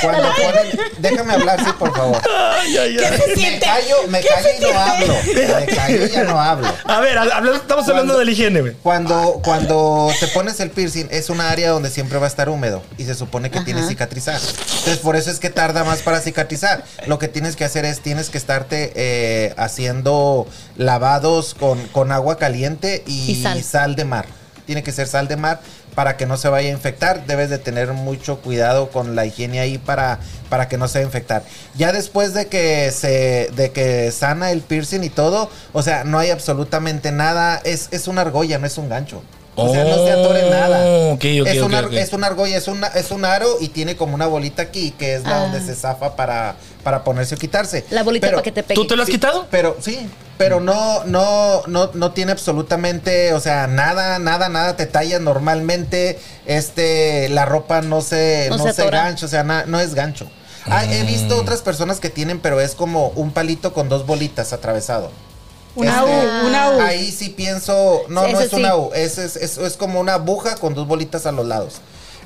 Cuando ponen. Déjame hablar, sí, por favor.
Ay, ay, ay.
¿Qué se
Me
siente?
callo, me
¿Qué
callo
se
y no hablo.
siente?
Me callo y ya no hablo.
A ver, ha- habla- estamos hablando
Cuando-
de la higiene, güey.
Cuando, cuando te pones el piercing, es una área donde siempre va a estar húmedo y se supone que tiene
Ajá.
cicatrizar. Entonces, por eso es que tarda más para cicatrizar. Lo que tienes que hacer es, tienes que estarte eh, haciendo lavados con, con agua caliente y,
Y sal.
de mar. Tiene que ser sal de mar para que no se vaya a infectar. Debes de tener mucho cuidado con la higiene ahí para, para que no se vaya a infectar. Ya después de que se de que sana el piercing y todo, o sea, no hay absolutamente nada. Es, es una argolla, no es un gancho. O sea, no se atore
Oh,
nada.
ok, ok,
es,
ok,
una, ar-
ok.
es una argolla, es, una, es un aro y tiene como una bolita aquí que es la
Ah.
donde se zafa para, para ponerse o quitarse.
La bolita
Pero-
para que te pegue.
¿Tú te lo has quitado?
pero sí, pero no, no, no, no tiene absolutamente, o sea, nada, nada, nada te talla normalmente. Este, la ropa no se,
No
no,
se
se
atora.
gancho, o sea, na- no es gancho. Ah, he visto otras personas que tienen, pero es como un palito con dos bolitas atravesado.
Una
Este,
U, una U.
Ahí sí pienso, no,
Sí,
no
ese
es una
sí.
U, es, es, es- es como una aguja con dos bolitas a los lados.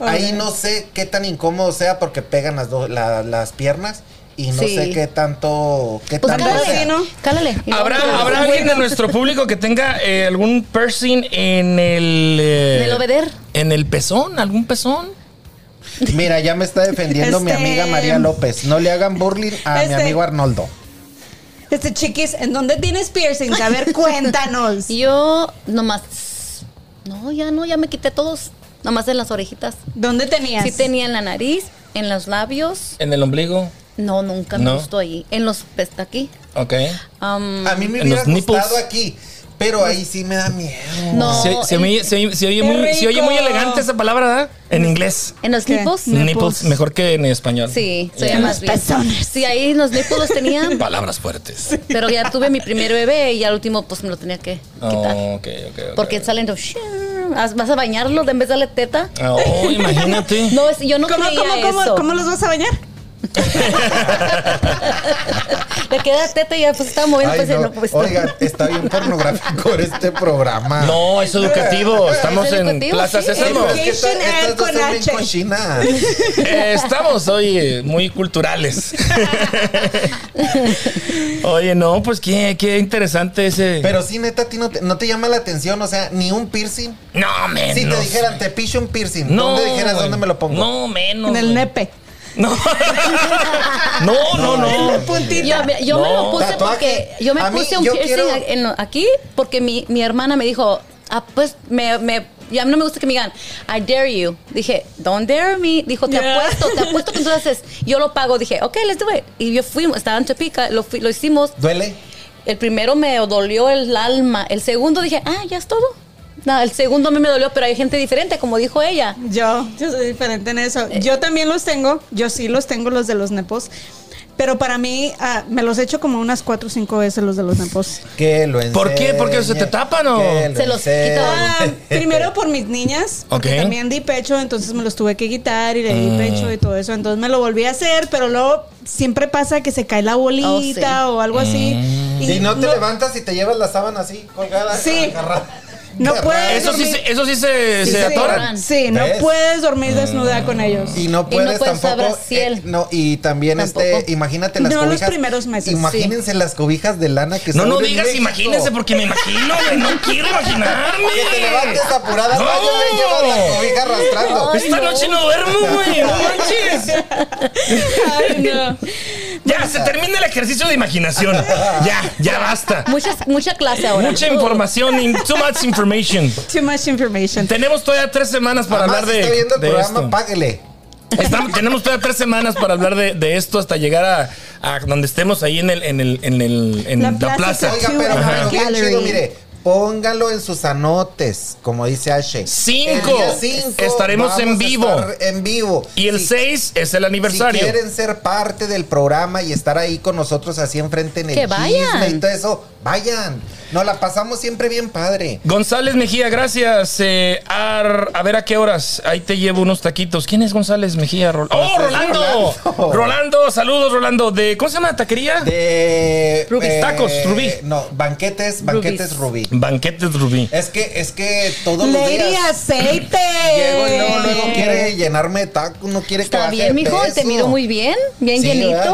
Ok.
Ahí no sé qué tan incómodo sea porque pegan las, dos las piernas y no
Sí.
sé qué tanto... Qué
Pues
tanto
cálale.
sea.
Sí, ¿no?
Cálale. Y
¿Habrá,
luego-
¿habrá alguien de nuestro público que tenga eh, algún piercing en el. eh,
En el obeder.
En el pezón, algún pezón.
Mira, ya me está defendiendo mi
Este-
amiga María López. No le hagan burling a mi
Este-
amigo Arnoldo.
Este chiquis, ¿en dónde tienes piercings? A ver,
[laughs]
cuéntanos.
Yo nomás. No, ya no, ya me quité todos. Nomás en las orejitas.
¿Dónde tenías?
Sí tenía en la nariz, en los labios.
En el ombligo.
No, nunca me
No. Ah,
gustó ahí. En los pesta aquí. Um,
Ok.
Am,
A mí me
En
hubiera
los nipples.
gustado aquí, pero ahí sí me da miedo.
no.
se, se
en,
oye, se oye- se oye
Qué
muy, se oye
rico.
muy elegante esa palabra, ¿verdad? En inglés.
en los
¿Qué?
nippos.
Nipples.
Nipples, mejor que en español.
Sí, soy
Yeah.
más bien. Sí, ahí los nippos los tenía.
[laughs]
Palabras fuertes.
Pero ya tuve mi primer bebé y al último pues me lo tenía que quitar.
Oh, ok, ok, ok.
Porque salen de- Vas vas a bañarlo de en vez de darle teta.
Oh, imagínate.
[laughs] No, es- yo no
Ah, ¿Cómo,
creía
cómo, cómo,
eso.
cómo los vas a bañar?
[laughs] Le queda teta y ya pues estaba moviendo.
Ay,
pues,
no.
no, pues,
Oigan, está bien pornográfico este programa.
No, es educativo. Estamos
¿Es
en
educativo?
Plaza
Sí.
Sésamo.
Pero es que esta- estas
Education and
dos
con
son bien
H.
cochinas.
Eh, estamos hoy eh, muy
[laughs]
culturales. Oye, no, pues qué, qué interesante ese.
Pero sí, neta, a ti no te, no te llama la atención, o sea, ni un piercing.
no, menos.
Si te dijeran, te picho un piercing,
no,
¿dónde dijeras
güey.
dónde me lo pongo?
No, menos.
en el
güey.
nepe.
No,
[laughs]
no, no. no.
El puntito.
Yo, me- yo me
No.
lo puse
Tatuaje.
porque yo me
A mí,
puse un
yo
piercing
quiero-
a- en- aquí porque mi, mi hermana me dijo, ah, pues me, me y a mí no me gusta que me digan, I dare you. Dije, don't dare me. Dijo, te
Yeah.
apuesto,
[laughs]
te apuesto que tú lo haces. Yo lo pago. Dije, ok, let's do it. Y yo fuimos, estaba en Tepica, lo, fui- lo hicimos.
¿Duele?
El primero me dolió el alma. El segundo dije, ah, ya es todo. No, el segundo a mí me dolió, pero hay gente diferente, como dijo ella.
Yo, yo soy diferente en eso.
Eh.
Yo también los tengo, yo sí los tengo los de los nepos, pero para mí ah, me los he hecho como unas cuatro o cinco veces los de los nepos.
Ah,
Que lo
¿Por qué? ¿Por qué? ¿Se te
enseñe.
tapan o-
Que lo
Se los
enseñe.
quitaba.
Ah, [laughs]
[laughs]
primero por mis niñas, porque
Ok.
también di pecho, entonces me los tuve que quitar y le di
Ah.
pecho y todo eso. Entonces me lo volví a hacer, pero luego siempre pasa que se cae la bolita
Oh, sí. Mm.
o algo así.
Y no te levantas y te llevas la sábana así, colgada.
Sí.
agarrada.
No
Agarrada.
puedes.
Eso sí,
dormir.
se- eso sí se,
Sí,
se
sí.
atoran.
Sí, no
¿Ves? Ah.
puedes dormir desnuda con ellos.
Y no puedes,
puedes a
tampoco.
Brasil.
eh, no, y también
Tampoco.
este, imagínate las
No, los
cobijas.
primeros meses,
Imagínense las cobijas de lana que
No,
son
no
de
digas
México.
imagínense porque me imagino, güey. No quiero imaginarme.
Que te levantes apurada al
No.
baño y llevas la cobija arrastrando.
Ay,
Esta
no.
noche no duermo, güey. No
[laughs]
manches. Ya, se termina el ejercicio de imaginación. Ya, ya basta.
[laughs] Muchas, mucha clase ahora.
Mucha información. in- Too much information.
Too much information.
Tenemos todavía tres semanas para
Mamá,
hablar
si
de,
está viendo el
de
programa,
esto.
páguele.
Estamos- tenemos todavía tres semanas para hablar de, de esto hasta llegar a, a donde estemos ahí en el en el en el en la,
La
plaza.
plaza.
Oiga,
Tattoo
pero,
and
pero bien
gallery.
chido, mire. Póngalo en sus anotes, como dice Ashe.
Cinco.
El día cinco
Estaremos
vamos
en
a
vivo.
estar en vivo.
Y el
Si-
6 es el aniversario.
Si quieren ser parte del programa y estar ahí con nosotros así enfrente en el
Que
chisme y
vayan.
todo eso, vayan. Nos la pasamos siempre bien padre.
González Mejía, gracias. Eh, ar- a ver a qué horas. Ahí te llevo unos taquitos. ¿Quién es González Mejía? Rol- ¡Oh, Rolando!
Rolando.
Rolando, saludos, Rolando. De, ¿Cómo se llama la taquería?
De eh,
Rubí. Tacos, Rubí.
No, banquetes, banquetes Rubí.
Banquetes Rubí.
Es que, es que todos los
Lady
días
aceite.
llego y luego,
Eh.
luego quiere llenarme de tacos, no quiere que
Está
baje
bien,
de
mijo, te
peso.
miro muy bien, bien
Sí,
llenito.
¿verdad?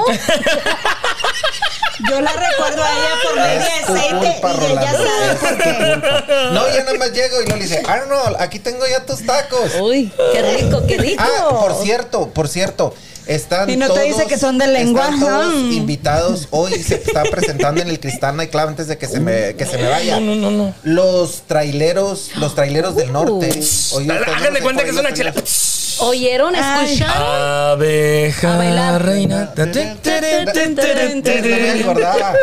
Yo la recuerdo a ella por Lady
Es tu
aceite
culpa,
y ella
Rolando,
sabe
es
por
tu
qué.
culpa. No, yo nada más llego y no le dice, Arnold, aquí tengo ya tus tacos.
Uy, qué rico, qué rico.
Ah, por cierto, por cierto. Están
Y no te
todos-
dice que son de lengua,
Están todos
ajá.
invitados. Hoy se está presentando en el Cristal Nightclub antes de que se me, que se Eh, me vaya.
No, no, no, no.
Los traileros, los traileros del norte. Hoy
Háganle
tenemos
Háganle
ahí
cuenta que
por
es
ahí
una
los
chela.
traileros.
¿Oyeron?
Ay.
¿Escucharon? A
Abeja
bailar.
reina.
No me acordaba.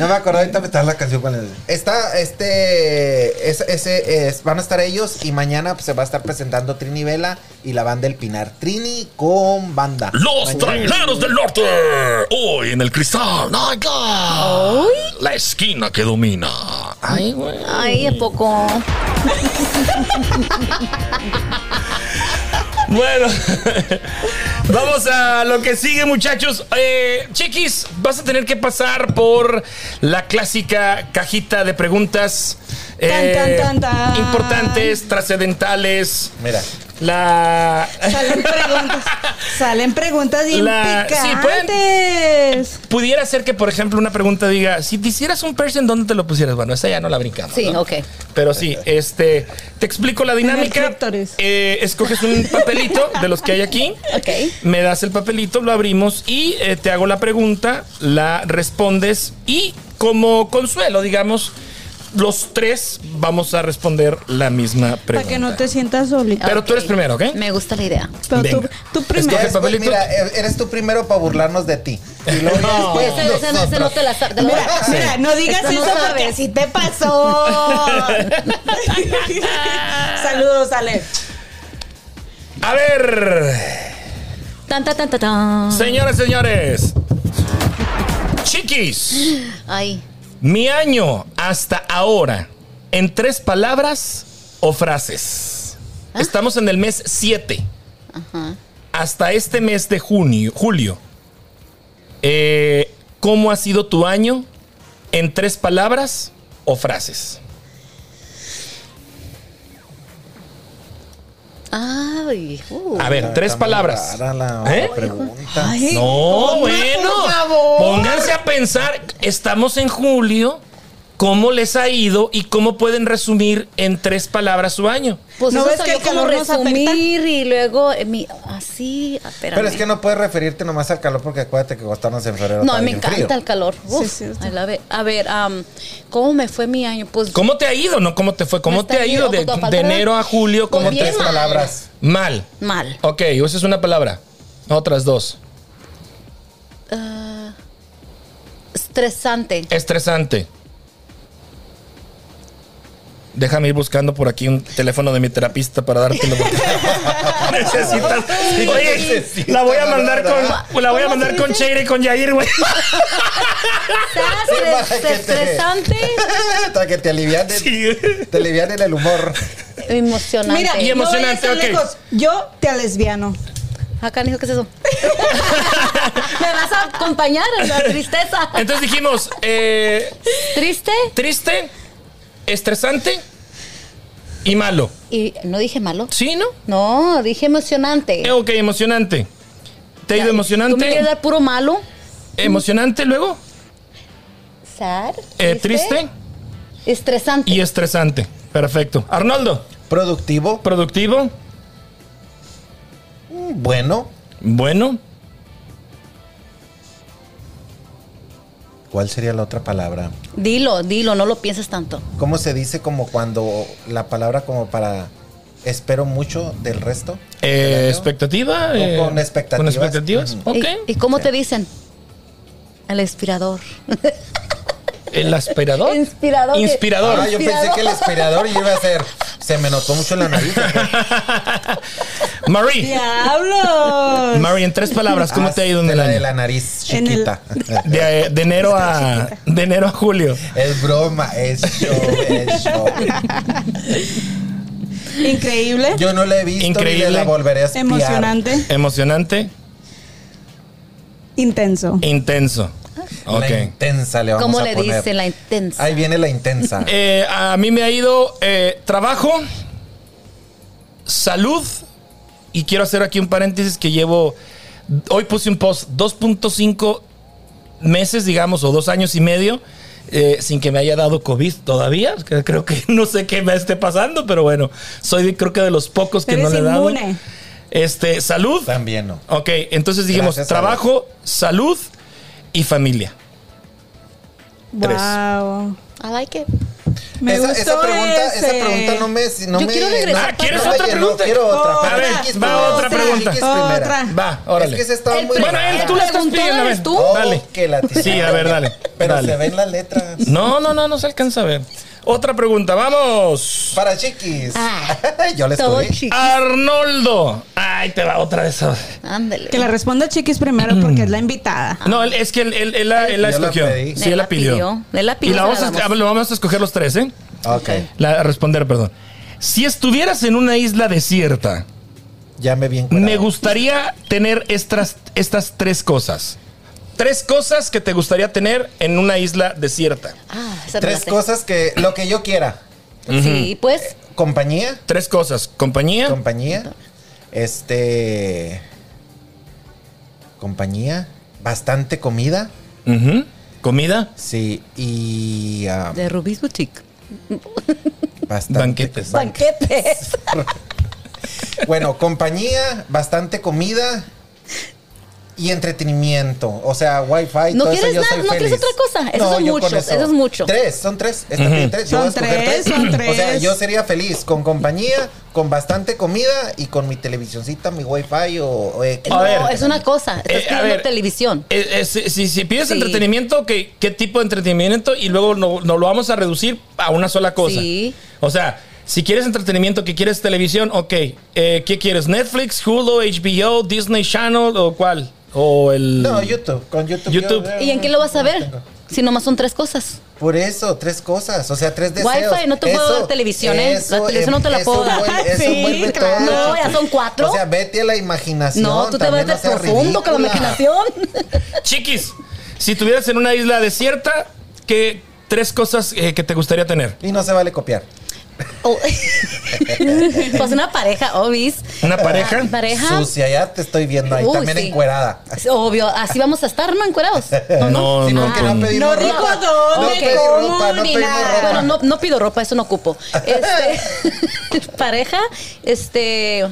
No me acordaba, ahorita me está la canción con el- Está, este, es- ese, es- van a estar ellos y mañana pues, se va a estar presentando Trini Vela y la banda El Pinar. Trini con banda.
Los
Mañana.
traileros del norte. Hoy en el cristal. Naga. La esquina que domina. Ay, güey.
Ay, ¿a poco?
Bueno, [laughs] vamos a lo que sigue, muchachos. Eh, chiquis, vas a tener que pasar por la clásica cajita de preguntas eh,
tan, tan, tan.
importantes, trascendentales.
Mira.
La.
Salen preguntas. Salen preguntas bien
La- sí, pueden-
picantes.
Pudiera ser que, por ejemplo, una pregunta diga: si te hicieras un person, ¿dónde te lo pusieras? Bueno, esa ya no la brincamos.
Sí,
¿no?
ok.
Pero sí, este, te explico la dinámica.
clítoris.
Eh, escoges un papelito de los que hay aquí.
Ok.
Me das el papelito, lo abrimos y eh, te hago la pregunta, la respondes y como consuelo, digamos, los tres vamos a responder la misma pregunta.
Para que no te sientas solita.
Pero tú
Ok.
eres primero, ¿ok?
Me gusta la idea.
Pero
venga.
tú, tú
Escoge
primero.
Ya después,
papelito.
mira, e- eres tú primero para burlarnos de ti. Y luego ya después
Ese, ese [laughs] no, ese no
nosotros.
te la sa- te la
Mira,
voy a-
mira, no digas
Esta no
eso porque
sabe.
así te pasó. [laughs] Saludos, Ale.
A ver,
Tan, tan, tan, tan, tan.
señoras, señores. Chiquis,
Ay.
mi año hasta ahora, en tres palabras o frases.
Ah.
Estamos en el mes 7.
Ajá.
hasta este mes de junio, julio, eh, ¿cómo ha sido tu año en tres palabras o frases?
Ay. uh.
A ver, tres
Está muy
palabras.
rara la
¿Eh?
pregunta.
Ay,
No,
ponga,
bueno,
por favor.
pónganse a pensar, estamos en julio, cómo les ha ido y cómo pueden resumir en tres palabras su año.
Pues
¿No
eso
ves
soy
que
yo
el
como
calor nos afecta?
resumir y luego eh, mi- así, espérame.
Pero es que no puedes referirte nomás al calor porque acuérdate que estamos en febrero.
No,
está
me
bien
encanta
frío.
el calor. Uf,
Sí, es cierto.
I love it. A ver, am, ¿cómo me fue mi año? Pues
¿Cómo te ha ido? No, ¿cómo te fue?
Me
¿Cómo
está
te ha ido de,
yendo, papá,
de
¿verdad?
enero a julio? ¿Cómo
Pues
te
bien
Tres
mal.
palabras. [laughs]
Mal.
mal.
Ok, esa es una palabra. Otras dos.
Ah, estresante.
Estresante. Déjame ir buscando por aquí un teléfono de mi terapista para dártelo.
[laughs]
porque- [laughs] Necesitas. Oye,
necesitas,
la voy a mandar
¿verdad?
con. La voy a
¿Cómo
mandar
se
con
dice?
Cheire y con Yair,
[laughs]
güey.
¿Estás
Para que te-
estresante?
Para que te alivian
Sí.
te alivianen el humor.
Emocionante.
Mira,
Y
no
emocionante,
vayas tan
ok.
lejos. Yo te lesbiano.
Acá, hijo, ¿qué es eso? [laughs] ¿Me vas a acompañar en la tristeza?
Entonces dijimos, eh,
¿Triste?
triste, estresante y malo.
Y no dije malo.
¿Sí, no?
No, dije emocionante.
Eh, ok, emocionante. ¿Te ha
Ya,
ido
¿Tú me quieres
emocionante?
dar puro malo?
Emocionante luego,
Sad.
eh, triste
Estresante.
y estresante. Perfecto. Arnoldo,
Productivo,
productivo,
mm, bueno.
bueno,
¿Cuál sería la otra palabra?
Dilo, dilo, no lo pienses tanto.
¿Cómo se dice como cuando la palabra como para espero mucho del resto?
eh,
¿Del año?
expectativa.
Con-
eh,
con expectativas. Mm.
Con expectativas.
Ujú.
Ok.
¿Y, y cómo te dicen? El inspirador.
El aspirador.
Inspirador.
Inspirador.
Ah, yo pensé que el esperador iba a ser. Se me notó mucho en la nariz.
Marie.
¡Diablos!
Marie, en tres palabras, ¿cómo
Ah,
te ha ido en
de
el
la de
año?
la nariz
En el-
chiquita.
De, eh, de enero a de enero a julio.
Es broma, es show, es show.
Increíble.
Yo no la he visto
Increíble.
ni la volveré a espiar.
Emocionante.
Emocionante,
Intenso.
intenso.
Ah.
Ok.
La intensa le vamos
¿Cómo
a
le
poner.
dicen la intensa?
Ahí viene la intensa.
Eh, a mí me ha ido eh, trabajo, salud y quiero hacer aquí un paréntesis que llevo, hoy puse un post, 2.5 meses, digamos, o dos años y medio. eh, sin que me haya dado COVID todavía. que Creo que [laughs] no sé qué me esté pasando, pero bueno, soy de- creo que de los pocos que
Eres
no le he dado.
inmune.
Este, salud.
También no.
Ok, entonces dijimos
Gracias a
trabajo, salud y familia. Tres.
Wow.
I like it.
Me
esa,
gustó
esa pregunta,
ese.
esa pregunta no me. No
Yo
me-
quiero regresar
Ah, ¿quieres
no me
otra
llenó,
pregunta?
Quiero otra.
Otra.
A ver,
A ver,
va otra pregunta.
Otra.
Va, órale.
Es que se estaba
El
muy.
pre-
Bueno, él,
¿La
tú la estás
preguntona
pidiendo. a ver.
eres tú?
Oh,
Dale.
que la tizaron.
Sí, a ver, dale.
Pero
dale.
se ven las letras.
No, no, no, no se alcanza a ver. Otra pregunta, vamos.
Para chiquis.
Ah,
[laughs] Yo les
Todo
estudié.
chiquito.
Arnoldo. Ay, te va otra de esas.
Ándale.
Que la responda Chiquis
Mm.
primero porque es la invitada.
No, él- es que él, él- él la, él la
Yo la
escogió.
pedí.
sí, él la pidió.
Él la
Y
pidió.
la
se
vamos a,
damos.
a ver, lo vamos a escoger los tres, ¿eh?
Ok.
La, a responder, perdón. Si estuvieras en una isla desierta,
Ya me bien.
me gustaría tener estas, estas tres cosas. Tres cosas que te gustaría tener en una isla desierta.
Ah, esa me la
Tres
sé.
cosas que. Lo que yo quiera.
Sí, pues.
Compañía.
Tres cosas.
Ah.
Compañía.
Compañía. Este. Compañía. Bastante comida.
ujú, Comida.
Sí. Y. ah,
De Rubis Boutique.
bastante.
Banquetes.
ban-
Banquetes.
Bueno, compañía, bastante comida y entretenimiento. O sea, wifi,
¿No
todo
quieres
eso yo
nada?
soy
¿No quieres
feliz.
otra cosa? Eso son
yo
muchos,
con
eso es mucho.
Tres, son tres. Está bien, tres. Yo voy
Son
a escoger
tres, son
O sea,
tres.
yo sería feliz con compañía, con bastante comida y con mi televisioncita, mi wifi o... o X.
A
No,
ver.
es una cosa.
Eh,
Estás
a
pidiendo
ver.
televisión.
Eh, eh, si, si- si pides
Sí.
entretenimiento, ¿qué, ¿qué tipo de entretenimiento? Y luego no, no lo vamos a reducir a una sola cosa.
Sí.
O sea, si quieres entretenimiento, que quieres televisión, ok. Eh, ¿Qué quieres? ¿Netflix, Hulu, HBO, Disney Channel o cuál? O el...
No, YouTube, con YouTube.
YouTube.
yo- eh,
¿Y en qué lo vas a ver?
tengo.
Si nomás son tres cosas.
Por eso, tres cosas, o sea, tres deseos.
Wi-Fi, no te puedo
Eso-
dar televisión, ¿eh? La televisión no te la
eso
puedo dar.
vuelve- eso
Sí,
vuelve
claro.
todo,
No, ya son cuatro.
O sea, vete a la imaginación.
no, tú te vas
también
a
no seas
profundo con la
ridícula.
imaginación.
Chiquis, si estuvieras en una isla desierta, ¿qué tres cosas eh, que te gustaría tener?
Y no se vale copiar.
Oh. [laughs] pues una pareja, obis.
¿Una pareja?
Ah, pareja.
Sucia, ya te estoy viendo ahí
Uy,
también
sí.
encuerada.
Obvio, así vamos a estar, ¿no? Encuerados.
No,
Sí,
no,
porque no
pues,
pedimos
No,
ropa.
rico, no,
no
Ok.
pedí ropa, no
ni
pedimos
nada.
ropa.
Bueno, no, no pido ropa, eso no ocupo. Este, [laughs] pareja, este.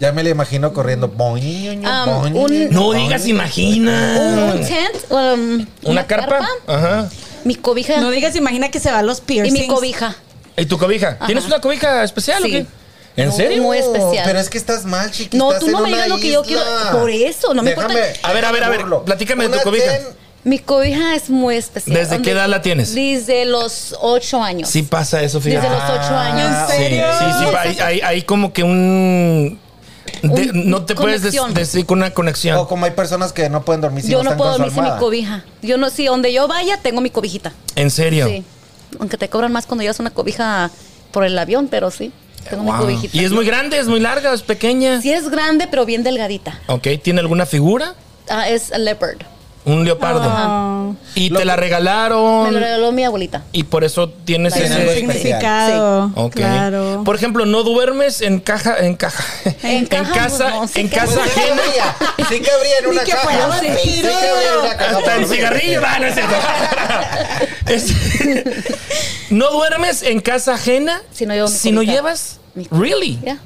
Ya me la imagino corriendo. Boing,
Ah,
boing,
un-
boing.
no digas, imagina.
Un tent, um,
Mm. ¿Una carpa? Ajá.
Mi cobija.
No digas, imagina que se van los
y
piercings.
mi cobija.
¿Y tu cobija? ¿Tienes una cobija especial
Sí.
o qué? ¿En
No,
serio?
muy especial.
Pero es que estás mal, chiquita.
No,
estás
tú no
en
me
una
digas lo que yo quiero.
isla.
Por eso, no me importa.
A ver, a ver, a ver,
burlo.
platícame de tu
Una
cobija.
ten-
Mi cobija es muy especial.
¿Desde
Donde-
qué edad la tienes?
Desde los ocho años.
Sí pasa eso,
Desde
fíjate.
los ocho
Ah,
años.
¿En
Sí,
serio?
sí, sí, pa- hay, hay- hay como que un... de-
Un-
no te puedes des-
conexión.
decir con una conexión.
O como hay personas que no pueden dormir si
yo
no
no
están
puedo
con
dormir
su
sin mi
almohada.
cobija. Yo no, sí, donde yo vaya, tengo mi cobijita.
¿En serio?
Sí. Aunque te cobran más cuando llevas una cobija por el avión, pero sí. Tengo mi
Wow.
cobijita.
Y es muy grande, es muy larga, es pequeña.
Sí es grande, pero bien delgadita.
Ok, ¿tiene alguna figura?
Ah, es leopard.
Un leopardo.
Ah,
Y
Lo
te la
que-
Me
regalaron
lo regaló mi abuelita.
y por eso tienes
Tiene
algo
ese...
especial.
significado.
Ok.
Claro.
Por ejemplo, no duermes en caja, [laughs] en caja,
En caja, pues
casa,
no, sí
en
que-
casa
Sí
ajena.
cabría, sí cabría en
Ni
una
que
caja.
fuera un
sí
vampiro.
cabría en una caja.
Hasta en
por-
cigarrillo. No, no es [laughs] cierto. Es- ¿No duermes en casa ajena
Si no llevo mi
si no
cobija.
llevas.
Mi-
Really?
Ya.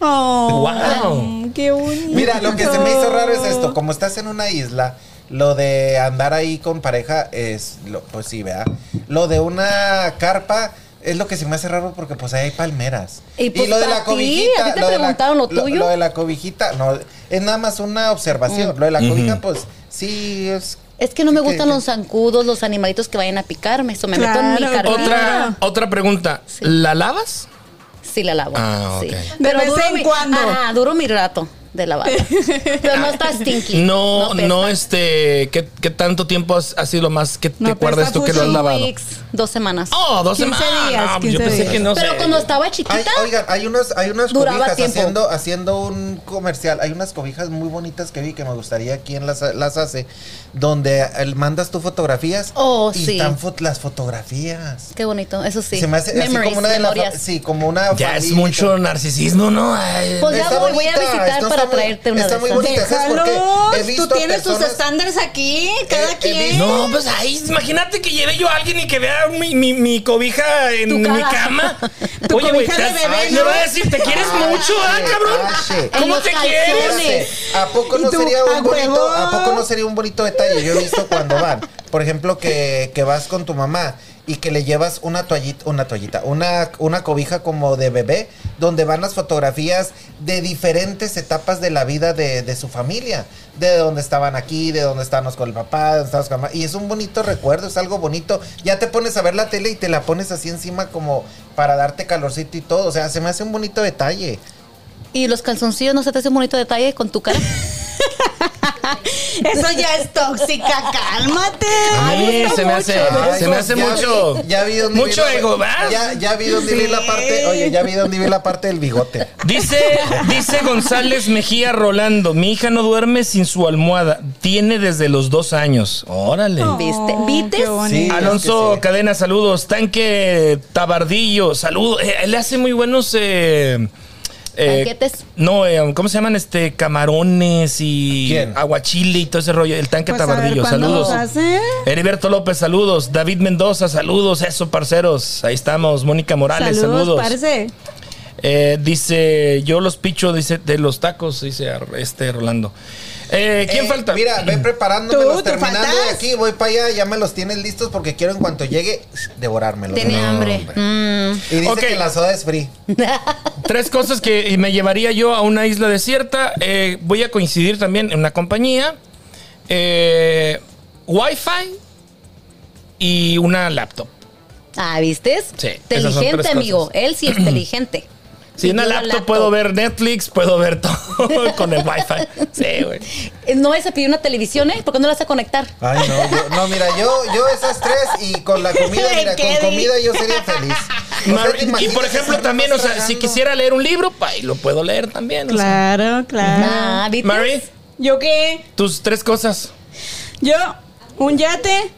Oh,
Wow.
Qué bonito.
Mira, lo que se me hizo raro es esto. Como estás en una isla, lo de andar ahí con pareja es, lo, pues sí, ¿verdad? Lo de una carpa es lo que se me hace raro porque pues ahí hay palmeras.
Y, pues,
lo de
para
la
ti,
cobijita...
¿a ti te
de la-
preguntaron lo tuyo?
Lo, de la cobijita, no, es nada más una observación.
Mm.
Lo de la cobija, pues sí, es...
Es que no me
¿Qué-
gustan
qué?
los zancudos, los animalitos que vayan a picarme. Eso me meto en mi
Claro,
carpita.
Otra, otra pregunta. ¿La lavas?
Sí, la lavo.
Ah,
sí.
ok.
De vez
duro
en
mi-
cuando.
Ajá, duro mi rato
[laughs]
de lavar. Pero no está stinky.
No, no,
pesa.
este. ¿qué, qué tanto tiempo has, ha sido lo más que
No
te acuerdas
pesa
tú que lo has
mucho.
lavado?
Weeks, dos semanas.
Oh, dos
15
semanas.
días,
No, pues yo
15
pensé
días.
que no
Pero
sé.
cuando estaba
Hay,
chiquita,
oigan, hay unas, hay unas
Duraba
cobijas
tiempo.
haciendo, haciendo un comercial. Hay unas cobijas muy bonitas que vi que me gustaría quién las, las hace. Donde eh, mandas tú fotografías
Oh,
y
sí.
están fot- las fotografías.
qué bonito, eso sí.
Se me hace así
Memories,
como una de las.
memorias.
fa- Sí, como una.
Ya es
familia.
mucho narcisismo, ¿no? Ay,
Pues ya voy, voy a visitar
está-
para
está muy-
traerte una
Está
de
muy
esas.
bonita, ¿sabes por qué? He
Déjalos. Tú
visto
tienes tus
personas-
estándares aquí,
He-
cada
he
quien.
visto-
No, pues ahí, imagínate que lleve yo a alguien y que vea mi, mi, mi cobija en
Tu
mi
cara.
cama.
Tu
Oye, güey,
cobija
te
de
has-
bebé,
ay,
¿no?
le va a decir, ¿te quieres
Ay,
mucho, ah,
sí,
cabrón?
ay, sí.
¿Cómo
En
te
los
quieres?
calzones.
¿A poco
¿Y
no
tú?
sería
¿A
un bonito,
huevo?
a poco no sería un bonito detalle? Yo he visto cuando van, por ejemplo, que, que vas con tu mamá y que le llevas una toallita, una toallita, una, una cobija como de bebé, donde van las fotografías de diferentes etapas de la vida de, de su familia, de dónde estaban aquí, de dónde estábamos con el papá, de dónde estábamos con la mamá, y es un bonito recuerdo, es algo bonito. Ya te pones a ver la tele y te la pones así encima como para darte calorcito y todo, o sea, se me hace un bonito detalle.
¿Y los calzoncillos no se te hace un bonito detalle con tu
[laughs]
cara?
Eso ya es
[laughs]
tóxica, cálmate.
A
Ah,
mí
Gusta
se me hace-
mucho.
se me hace mucho-
Ya vi dónde
mucho
vi la-
ego, ¿va?
Ya, ya vi dónde vi la
Sí.
parte. Oye, ya vi dónde vi la parte del bigote.
Dice, dice González Mejía Rolando, mi hija no duerme sin su almohada, tiene desde los dos años. Órale.
¿Viste? ¿Viste?
qué bonito.
Sí.
Alonso
es que sí.
Cadena, saludos. Tanque Tabardillo, saludos. Eh, él hace muy buenos. Eh, eh,
Tanquetes.
no, eh, ¿cómo se llaman? Este, camarones y
¿Quién?
aguachile y todo ese rollo. El tanque
Pues a ver
Tabardillo,
cuándo
saludos.
los hace.
Heriberto López, saludos. David Mendoza, saludos. Eso, parceros. Ahí estamos. Mónica Morales,
Saludos,
saludos.
parce.
Eh, dice, yo los picho, dice, de los tacos, dice Ar- este Rolando. Eh, ¿Quién
Eh,
falta?
Mira, ve
Tú,
preparándomelos,
tú
terminando de
faltas.
aquí, voy para allá, ya me los tienes listos porque quiero en cuanto llegue devorármelos.
Tiene hambre. Mm.
Y dice
Ok.
que la soda es free.
Tres cosas que me llevaría yo a una isla desierta. Eh, voy a coincidir también en una compañía. Eh, Wi-Fi y una laptop.
Ah, ¿viste?
Sí, esas son
Inteligente,
tres
amigo.
cosas.
Él sí
[clears throat]
es inteligente.
Si
Y
una
yo la
laptop, puedo ver Netflix, puedo ver todo [laughs] con el Wi-Fi. Sí, güey.
Eh, No vas a pedir una televisión, ¿eh? ¿Por qué no la vas a conectar?
Ay, no, yo- no, mira, yo, yo esas tres y con la comida,
¿De
mira, con
qué
comida yo sería feliz. O sea,
Mar-
¿te
[laughs] y
imaginas
por ejemplo
estar
también, o sea,
tragando?
si quisiera leer un libro, pa, y lo puedo leer también. o sea.
Claro, claro.
Ah, ¿viste?
Mary,
¿Yo qué?
tus tres cosas.
Yo, un yate,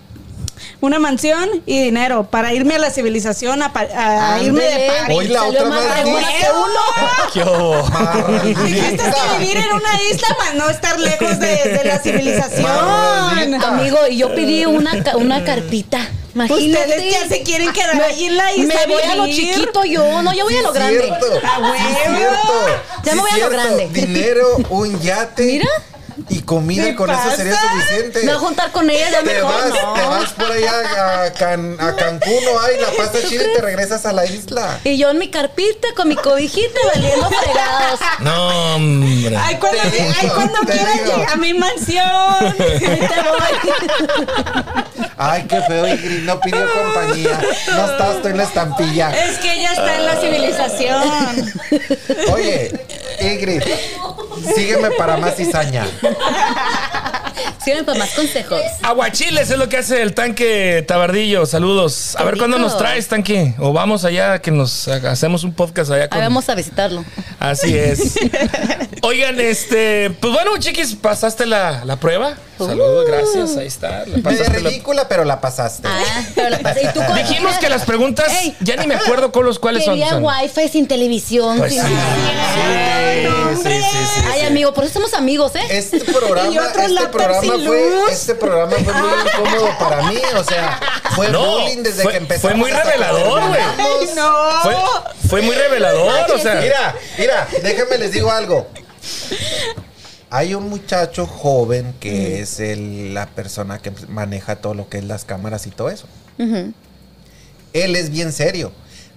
una mansión y dinero para irme a la civilización, a, pa- a
Ándele,
irme de party.
Hoy la
salió
otra
más
vez
segura
dijo-
que uno.
¿Qué hubo?
Ah,
Dijiste que vivir en una isla para no estar lejos de, de la civilización.
Maldita.
Amigo, y yo pedí una, ca- una carpita. Imagínate.
Ustedes ya se quieren quedar
Me-
ahí en la isla.
Me voy a lo
vivir.
chiquito yo. No, yo voy a lo grande. Ah,
Cierto.
¡A huevo!
Sí, es cierto.
Ya me
Sí,
voy a lo
cierto.
grande.
Dinero, un yate.
Mira.
Y comida,
¿Qué
con eso sería
pasa?
suficiente.
Me voy a juntar con ella, ya
Te
mejor
vas,
no.
te vas por allá a, Can- a Cancún o ay, la pasta chida y te regresas a la isla.
Y yo en mi carpita con mi cobijita valiendo fregados.
No, hombre.
Ay, cuando,
Te digo,
ay, cuando
te
quieras
digo.
llegar a mi mansión.
Ay, qué feo, Ingrid, no pidió compañía. No estás tú en la estampilla.
es que ella está [laughs] en la civilización.
Oye, Ingrid, sígueme para más cizaña.
Sirven para más consejos.
Aguachiles es lo que hace el tanque Tabardillo. Saludos. A ver
Rico.
cuándo nos traes, tanque. O vamos allá que nos ha- hacemos un podcast allá
Ahí
con.
vamos a visitarlo.
Así
[laughs]
es. Oigan, este. Pues bueno, chiquis, pasaste la, la prueba. Saludos,
Uh.
gracias. Ahí está. la
Medio
pasaste la-
ridícula, pero la pasaste.
Ah, pero la pasé. ¿Y tú con-
Dijimos que las preguntas.
Ey.
Ya ni me acuerdo con los cuáles son.
Quería
Susana.
wifi sin televisión.
Pues
sin-
sí. Sí, sí, sí, sí,
Ay,
sí.
amigo, por eso somos amigos, ¿eh?
Este programa,
[laughs] Y otro
este
laptop
programa
sin luz.
fue, este programa fue
[laughs]
muy incómodo para mí, o sea, fue
No,
bullying desde
fue-
que empezamos.
fue muy
hasta que
revelador, güey.
terminamos.
Ay, no.
Fue, fue muy revelador, o sea.
Mira, mira, déjame les digo algo. Hay un muchacho joven que es el- la persona que maneja todo lo que es las cámaras y todo eso.
Ujú.
Él es bien serio.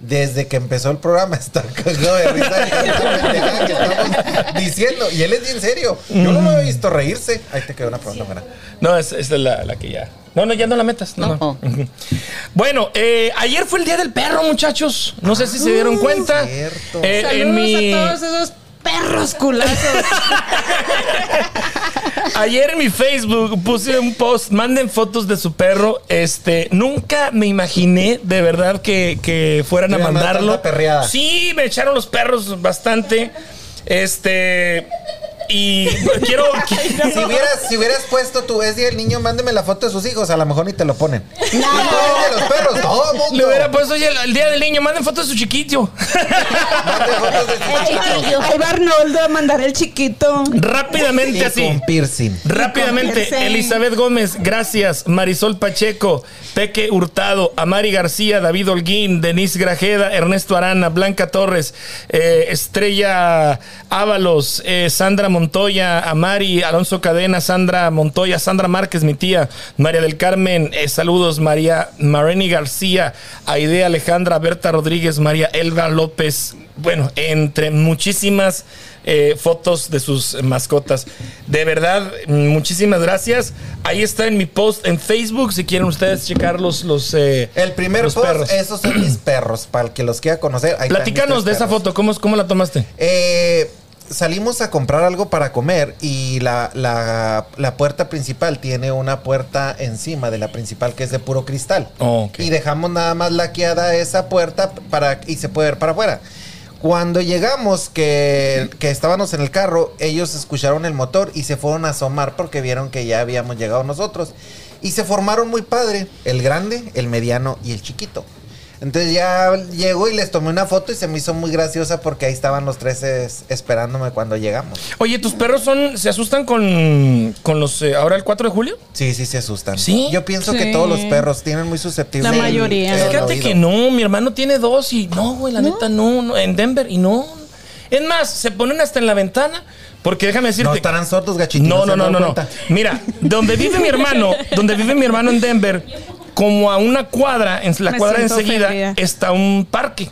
Desde que empezó el programa [laughs] está cagado de risa de tanta pendejada que estamos diciendo. Y él es bien serio. Yo no lo he visto reírse. Ahí te quedó una pregunta, Mara.
No, esa esa es la, la que ya. No, no, ya no la metas. No,
No.
no. [laughs] Bueno, eh, ayer fue el día del perro, muchachos. No sé si se dieron cuenta.
Ah, cierto.
Eh,
Saludos
en mi,
a todos [laughs] esos perros [laughs] culazos.
ayer en mi Facebook puse un post. Manden fotos de su perro. Este, nunca me imaginé de verdad que, que fueran a
Te iban a dar
mandarlo.
tanta perreada.
Sí, me echaron los perros bastante. Este. Y
[laughs]
quiero.
Si hubieras, si hubieras puesto tu es día del niño, mándeme la foto de sus hijos. A lo mejor ni te lo ponen. Y tú eres de los perros. Todo mundo.
Le hubiera puesto oye, el, el día del niño, manden fotos de su chiquillo. [laughs]
Mande fotos de sus
Ay, chiquillo.
Ahí va Arnoldo a mandar el chiquito.
Rápidamente
hijos.
así.
Con piercing.
Rápidamente,
Confianza.
Elizabeth Gómez, gracias. Marisol Pacheco, Peque Hurtado, Amari García, David Holguín, Denise Grajeda, Ernesto Arana, Blanca Torres, eh, Estrella Ábalos, eh, Sandra Montoya, Amari, Alonso Cadena, Sandra Montoya, Sandra Márquez, mi tía, María del Carmen, eh, saludos, María Mareni García, Aide Alejandra, Berta Rodríguez, María Elba López, bueno, entre muchísimas eh, fotos de sus mascotas. De verdad, muchísimas gracias. Ahí está en mi post en Facebook, si quieren ustedes checar los, los, eh,
El primer
los
post, esos son mis perros. Para el que los quiera conocer. ahí están mis
Platícanos
tres
de esa
perros.
foto, ¿cómo, cómo la tomaste?
Eh, salimos a comprar algo para comer y la, la- la puerta principal tiene una puerta encima de la principal que es de puro cristal.
Oh, ok.
Y dejamos nada más laqueada esa puerta para, y se puede ver para afuera. Cuando llegamos, que, que estábamos en el carro, ellos escucharon el motor y se fueron a asomar porque vieron que ya habíamos llegado nosotros. Y se formaron muy padre, el grande, el mediano y el chiquito. Entonces ya llego y les tomé una foto y se me hizo muy graciosa porque ahí estaban los tres es- esperándome cuando llegamos.
Oye, ¿tus perros son, se asustan con, con los, eh, ahora el 4 de julio?
Sí, sí se asustan.
¿Sí?
Yo pienso
Sí.
que todos los perros tienen muy susceptibles.
La mayoría.
el
Fíjate
oído.
que no, mi hermano tiene dos y no, güey, la neta no, no, en Denver y no. Es más, se ponen hasta en la ventana, porque déjame decirte...
No estarán sordos, gachititos.
No, no,
¿se
no,
han
no,
dado
no.
cuenta?
Mira, donde vive mi hermano, donde vive mi hermano en Denver, como a una cuadra, en la
Me
cuadra
siento
enseguida,
ofendida.
está un parque.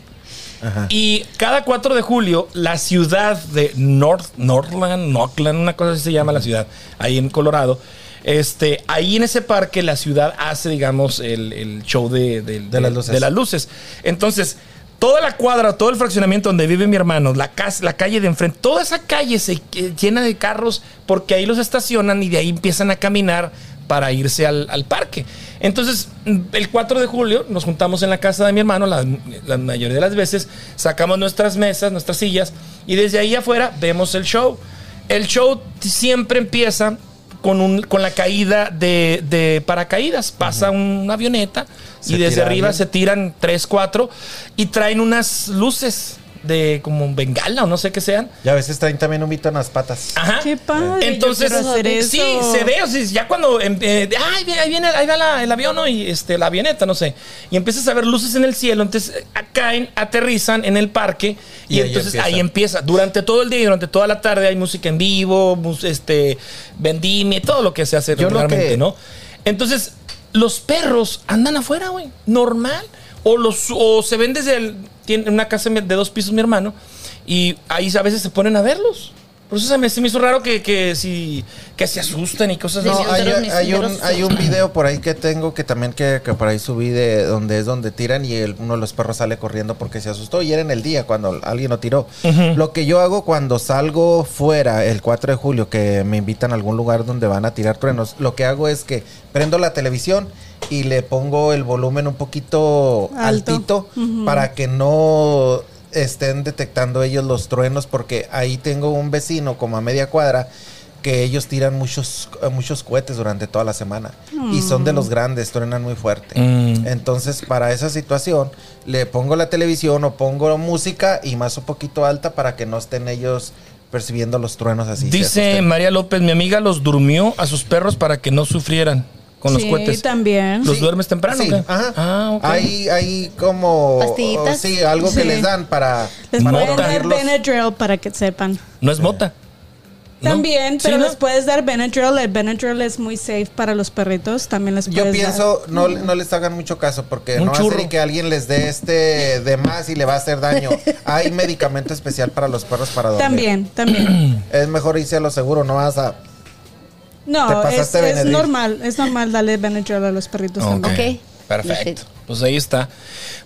Y cada 4 de julio, la ciudad de North, Northland, Northland, una cosa así se llama la ciudad, ahí en Colorado. Este, ahí en ese parque la ciudad hace, digamos, el, el show de, de- de-
las luces.
de las luces. Entonces, toda la cuadra, todo el fraccionamiento donde vive mi hermano, la, casa, la calle de enfrente, toda esa calle se eh, llena de carros porque ahí los estacionan y de ahí empiezan a caminar para irse al, al parque. Entonces, mm, el 4 de julio nos juntamos en la casa de mi hermano, la, la mayoría de las veces, sacamos nuestras mesas, nuestras sillas, y desde ahí afuera vemos el show. El show siempre empieza con, un, con la caída de, de paracaídas. Pasa una avioneta
Se
y desde
tira
arriba
alguien.
se tiran tres, cuatro y traen unas luces de como bengala o no sé qué sean.
Y a veces traen también un mito en las patas.
Ajá.
Qué padre, yo
Entonces,
quiero hacer eso.
sí, se ve, o sea, ya cuando em- eh, de, ay, ve, ahí viene, ahí va la- el avión ¿no? y este la avioneta, no sé. Y empiezas a ver luces en el cielo, entonces eh, caen, aterrizan en el parque y,
Y ahí
entonces ahí
empieza.
empieza. Durante todo el día y durante toda la tarde hay música en vivo, mus- este vendimia, todo lo que se hace
Yo lo
regularmente,
que-
¿no? Entonces, los perros andan afuera, güey, normal. O, los, o se ven desde el- tiene una casa de dos pisos mi hermano y ahí a veces se ponen a verlos. Por eso se me, se me hizo raro que, que, si, que se asusten y cosas
Sí,
así.
sí,
No, hay,
Pero ni
hay un,
siquiera
hay un video por ahí que tengo que también que, que por ahí subí de donde es donde tiran y el- uno de los perros sale corriendo porque se asustó y era en el día cuando alguien lo tiró. Lo que yo hago cuando salgo fuera el 4 de julio que me invitan a algún lugar donde van a tirar truenos, lo que hago es que prendo la televisión y le pongo el volumen un poquito
Alto.
altito para que no estén detectando ellos los truenos porque ahí tengo un vecino como a media cuadra que ellos tiran muchos eh, muchos cohetes durante toda la semana y son de los grandes, truenan muy fuerte.
Mm.
Entonces, para esa situación le pongo la televisión o pongo música y más un poquito alta para que no estén ellos percibiendo los truenos así. se
Dice
asusten.
María López, mi amiga los durmió a sus perros para que no sufrieran con los
Sí,
cohetes.
también.
¿Los duermes temprano?
Sí,
o qué?
ajá.
Ah, ok.
Hay, hay como
¿Pastillitas?
sí, algo
Sí.
que les dan para
Les
Para
pueden dar
dormirlos.
Benadryl para que sepan.
No es mota. ¿No?
También,
Sí,
pero
¿no?
les puedes dar Benadryl. El Benadryl es muy safe para los perritos. También les puedes
Yo
Pues
dar.
pienso no, no les hagan mucho caso porque
Un
no va a
churro.
ser y que alguien les dé este de más y le va a hacer daño.
[laughs]
Hay medicamento especial para los perros para dormir.
También,
[clears throat]
también.
Es mejor irse a lo seguro, no vas a... Te
No, es,
pasaste
es
Benadryl.
normal. Es normal darle Benadryl a los perritos
Ok.
también.
Ok.
Perfecto.
Perfecto.
Pues ahí está.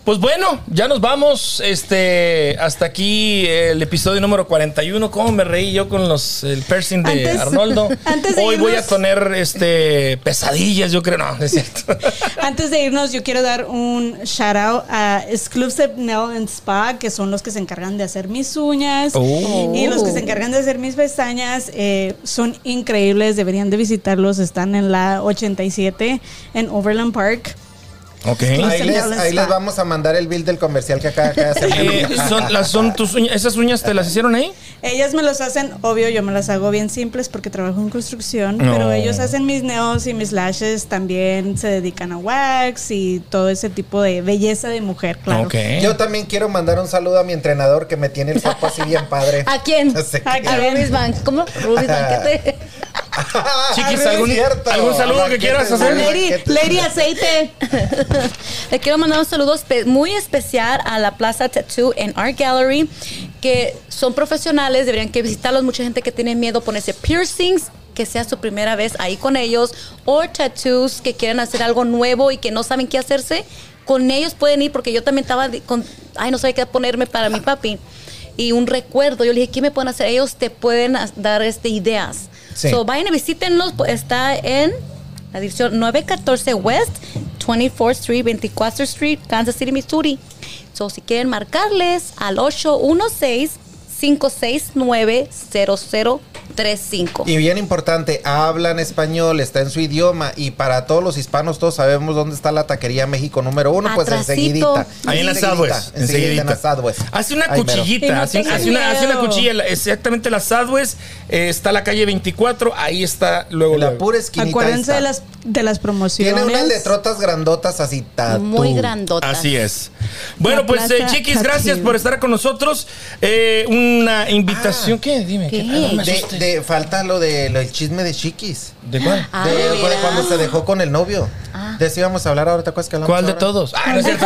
Pues bueno, ya nos vamos. Este, hasta aquí el episodio número 41. ¿Cómo me reí yo con los el piercing de
Antes-
Arnoldo?
[laughs] antes de
Hoy voy a
irnos-
tener este pesadillas, yo creo. No, no es
[laughs]
cierto.
Antes de irnos, yo quiero dar un shout out a Exclusive Nail and Spa, que son los que se encargan de hacer mis uñas
Oh.
y los que se encargan de hacer mis pestañas. eh, son increíbles, deberían de visitarlos. Están en la 87 en Overland Park.
ok.
Ahí
Dicen
les,
Dallas
ahí
Spa.
les vamos a mandar el bill del comercial que acá,
[laughs]
acá
Eh, son, las, son tus uñas, ¿Esas uñas te las hicieron ahí?
Ellas me los hacen, obvio, yo me las hago bien simples porque trabajo en construcción,
No.
pero ellos hacen mis nails y mis lashes, también se dedican a wax y todo ese tipo de belleza de mujer, claro.
Ok.
Yo también quiero mandar un saludo a mi entrenador que me tiene el sapo así bien padre.
[laughs] ¿A
[laughs]
quién?
No sé
¿A
qué.
A Rubis Bank. ¿Cómo? Rubis Banquete.
Chiquis,
Ah, no es
¿algún-
cierto.
algún saludo
La
que quieras
gente-
hacer?
la
Pues, Lady,
gente-
Lady Aceite. [laughs] Le quiero mandar un saludo espe- muy especial a la Plaza Tattoo and Art Gallery, que son profesionales, deberían que visitarlos. Mucha gente que tiene miedo ponerse piercings, que sea su primera vez ahí con ellos, o tattoos que quieren hacer algo nuevo y que no saben qué hacerse. Con ellos pueden ir, porque yo también estaba de- con, ay, no sabía qué ponerme para mi papi. Y un recuerdo, yo le dije, ¿qué me pueden hacer? Ellos te pueden as- dar este, ideas.
Sí.
So, vayan y visítenlos, pues, está en la dirección 914 West 24th Street, 24th Street, Kansas City, Missouri. So, si quieren marcarles al 816-569-0035.
Y bien importante, hablan español, está en su idioma y para todos los hispanos todos sabemos dónde está la taquería México número uno, pues
Atrasito.
enseguidita.
Ahí en la
Enseguidita,
Southwest.
Enseguidita en la Southwest.
Hace una
Ahí mero.
cuchillita.
Y no
hace,
tengan
hace una, hace una
miedo.
cuchilla. la- Exactamente la Southwest. eh, está la calle 24. Ahí está luego.
En la
luego.
pura esquinita.
Acuérdense
ahí
de
está.
las, de las promociones.
Tiene unas letrotas grandotas así. tatú.
Muy grandota.
Uh, Así es. Bueno,
La
pues eh,
Plaza
chiquis,
Tattoo.
gracias por estar con nosotros. Eh, una invitación. ¿Qué? Dime. ¿qué?
¿Qué?
Ah, no me
De,
asustes.
de- falta lo del chisme de Chiquis.
¿De cuál?
Ah,
De-
de
cu-
veras.
cuando se dejó con el novio. De eso íbamos a hablar ahora, ¿te acuerdas que hablamos
¿Cuál de
ahora?
todos? Ah, no es
[laughs]
cierto.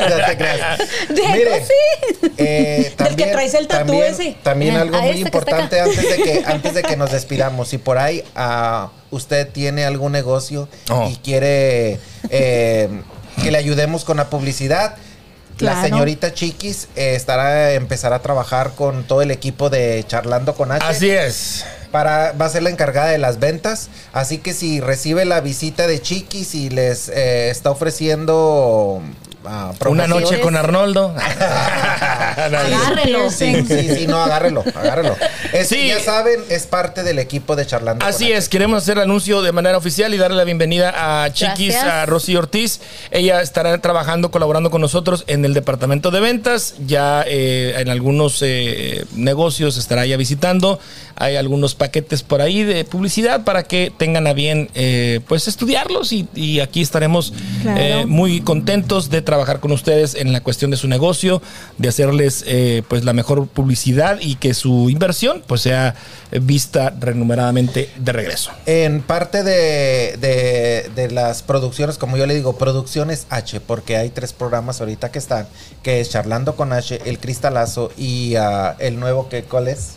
Ya te creas.
De-
Mire,
sí.
eh, también-
que traes el tatú
también-
ese.
También
Ah,
algo muy
este que está
importante
acá.
antes de
[laughs]
que antes de que nos despidamos. Si por ahí ah, usted tiene algún negocio
Oh.
y quiere eh, que le ayudemos con la publicidad. La
Claro.
señorita Chiquis eh, estará empezará a trabajar con todo el equipo de charlando con H
Así es.
para va a ser la encargada de las ventas. Así que si recibe la visita de Chiquis y les eh, está ofreciendo ah,
Una
promoción.
noche
[laughs]
con Arnoldo.
Agárrelo.
Sí, sí, sí, no, agárrelo, agárrelo. Es-
Sí.
Ya saben, es parte del equipo de Charlando. con
Así
H.
es, queremos hacer el anuncio de manera oficial y darle la bienvenida a Chiquis,
Gracias.
a Rosy Ortiz. Ella estará trabajando, colaborando con nosotros en el departamento de ventas. Ya eh, en algunos eh, negocios estará ya visitando. Hay algunos paquetes por ahí de publicidad para que tengan a bien eh, pues estudiarlos y, y aquí estaremos
Claro.
eh, muy contentos de trabajar con ustedes en la cuestión de su negocio, de hacerles eh, pues la mejor publicidad y que su inversión pues sea eh, vista remuneradamente de regreso.
En parte de, de- de las producciones, como yo le digo, producciones H, porque hay tres programas ahorita que están, que es Charlando con H, El Cristalazo y ah, el nuevo que, ¿cuál es?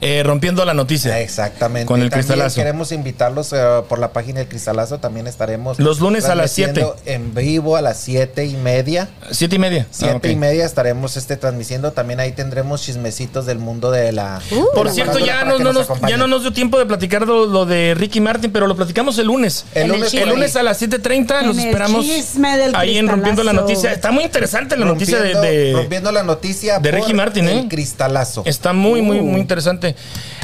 Eh, rompiendo la noticia.
Exactamente.
Con El
También
Cristalazo.
Queremos invitarlos eh, por la página El Cristalazo, también estaremos.
Los lunes a las siete.
transmitiendo En vivo a las siete y media.
Siete y media.
Siete
Ah, ok.
y media estaremos este transmitiendo. También ahí tendremos chismecitos del mundo de la. de
Por
la
cierto,
farándula
ya,
para
no,
que
no nos, ya
acompañen.
no nos dio tiempo de platicar lo, lo de Ricky Martin, pero lo platicamos el lunes.
El
En el
lunes,
chisme.
El lunes a las 7.30 los
En el
esperamos
chisme del
ahí en Rompiendo la
Cristalazo.
Noticia. Está muy interesante la
rompiendo,
noticia de- de,
rompiendo la noticia
de
por
Ricky Martin, ¿eh?
El cristalazo.
Está muy,
Uh.
muy, muy interesante.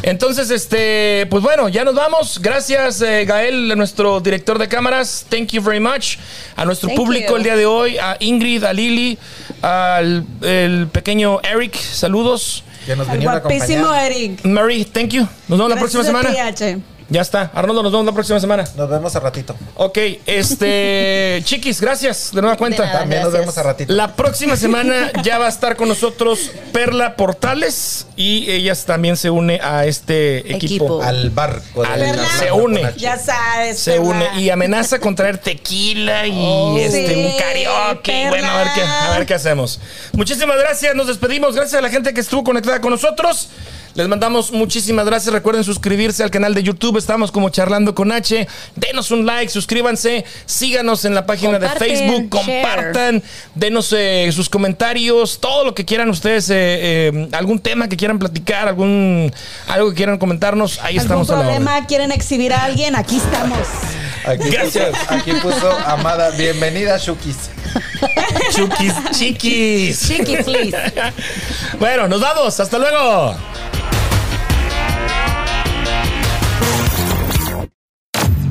Entonces, este, pues bueno, ya nos vamos. Gracias, eh, Gael, nuestro director de cámaras. Thank you very much. A nuestro
Thank
público
you.
el día de hoy, a Ingrid, a Lili, al el pequeño Eric, saludos.
que nos
Al
vinieron a
guapísimo
acompañar.
Eric.
Mary, thank you. Nos vemos la próxima
Gracias a ti,
semana.
H.
Ya está. Arnoldo, nos vemos la próxima semana.
Nos vemos a ratito.
Ok,
[laughs]
este, chiquis, gracias de nueva cuenta.
De nada.
También nos
gracias.
vemos a ratito.
La próxima semana ya va a estar con nosotros Perla Portales y ella también se une a este equipo.
Equipo.
Al barco. de
Al-
Charlando
se
con
une.
H.
Ya sabes.
Se
Perla.
une y amenaza con traer tequila y
Oh,
este,
sí,
un karaoke.
Perla.
Bueno, a ver, qué, a ver qué hacemos. Muchísimas gracias, nos despedimos. Gracias a la gente que estuvo conectada con nosotros. Les mandamos muchísimas gracias. Recuerden suscribirse al canal de YouTube. Estamos como charlando con H. Denos un like, suscríbanse, síganos en la página
Comparten,
de Facebook,
share.
compartan. compartan, denos eh, sus comentarios, todo lo que quieran ustedes, eh, eh, algún tema que quieran platicar, algún algo que quieran comentarnos, ahí
¿Algún
estamos a la orden.
problema? ¿Quieren exhibir a alguien? Aquí estamos.
Aquí,
Gracias.
puso- aquí puso Amada. Bienvenida, Shukis.
Chukis, chiquis.
Chiqui, please.
Bueno, nos vamos, hasta luego.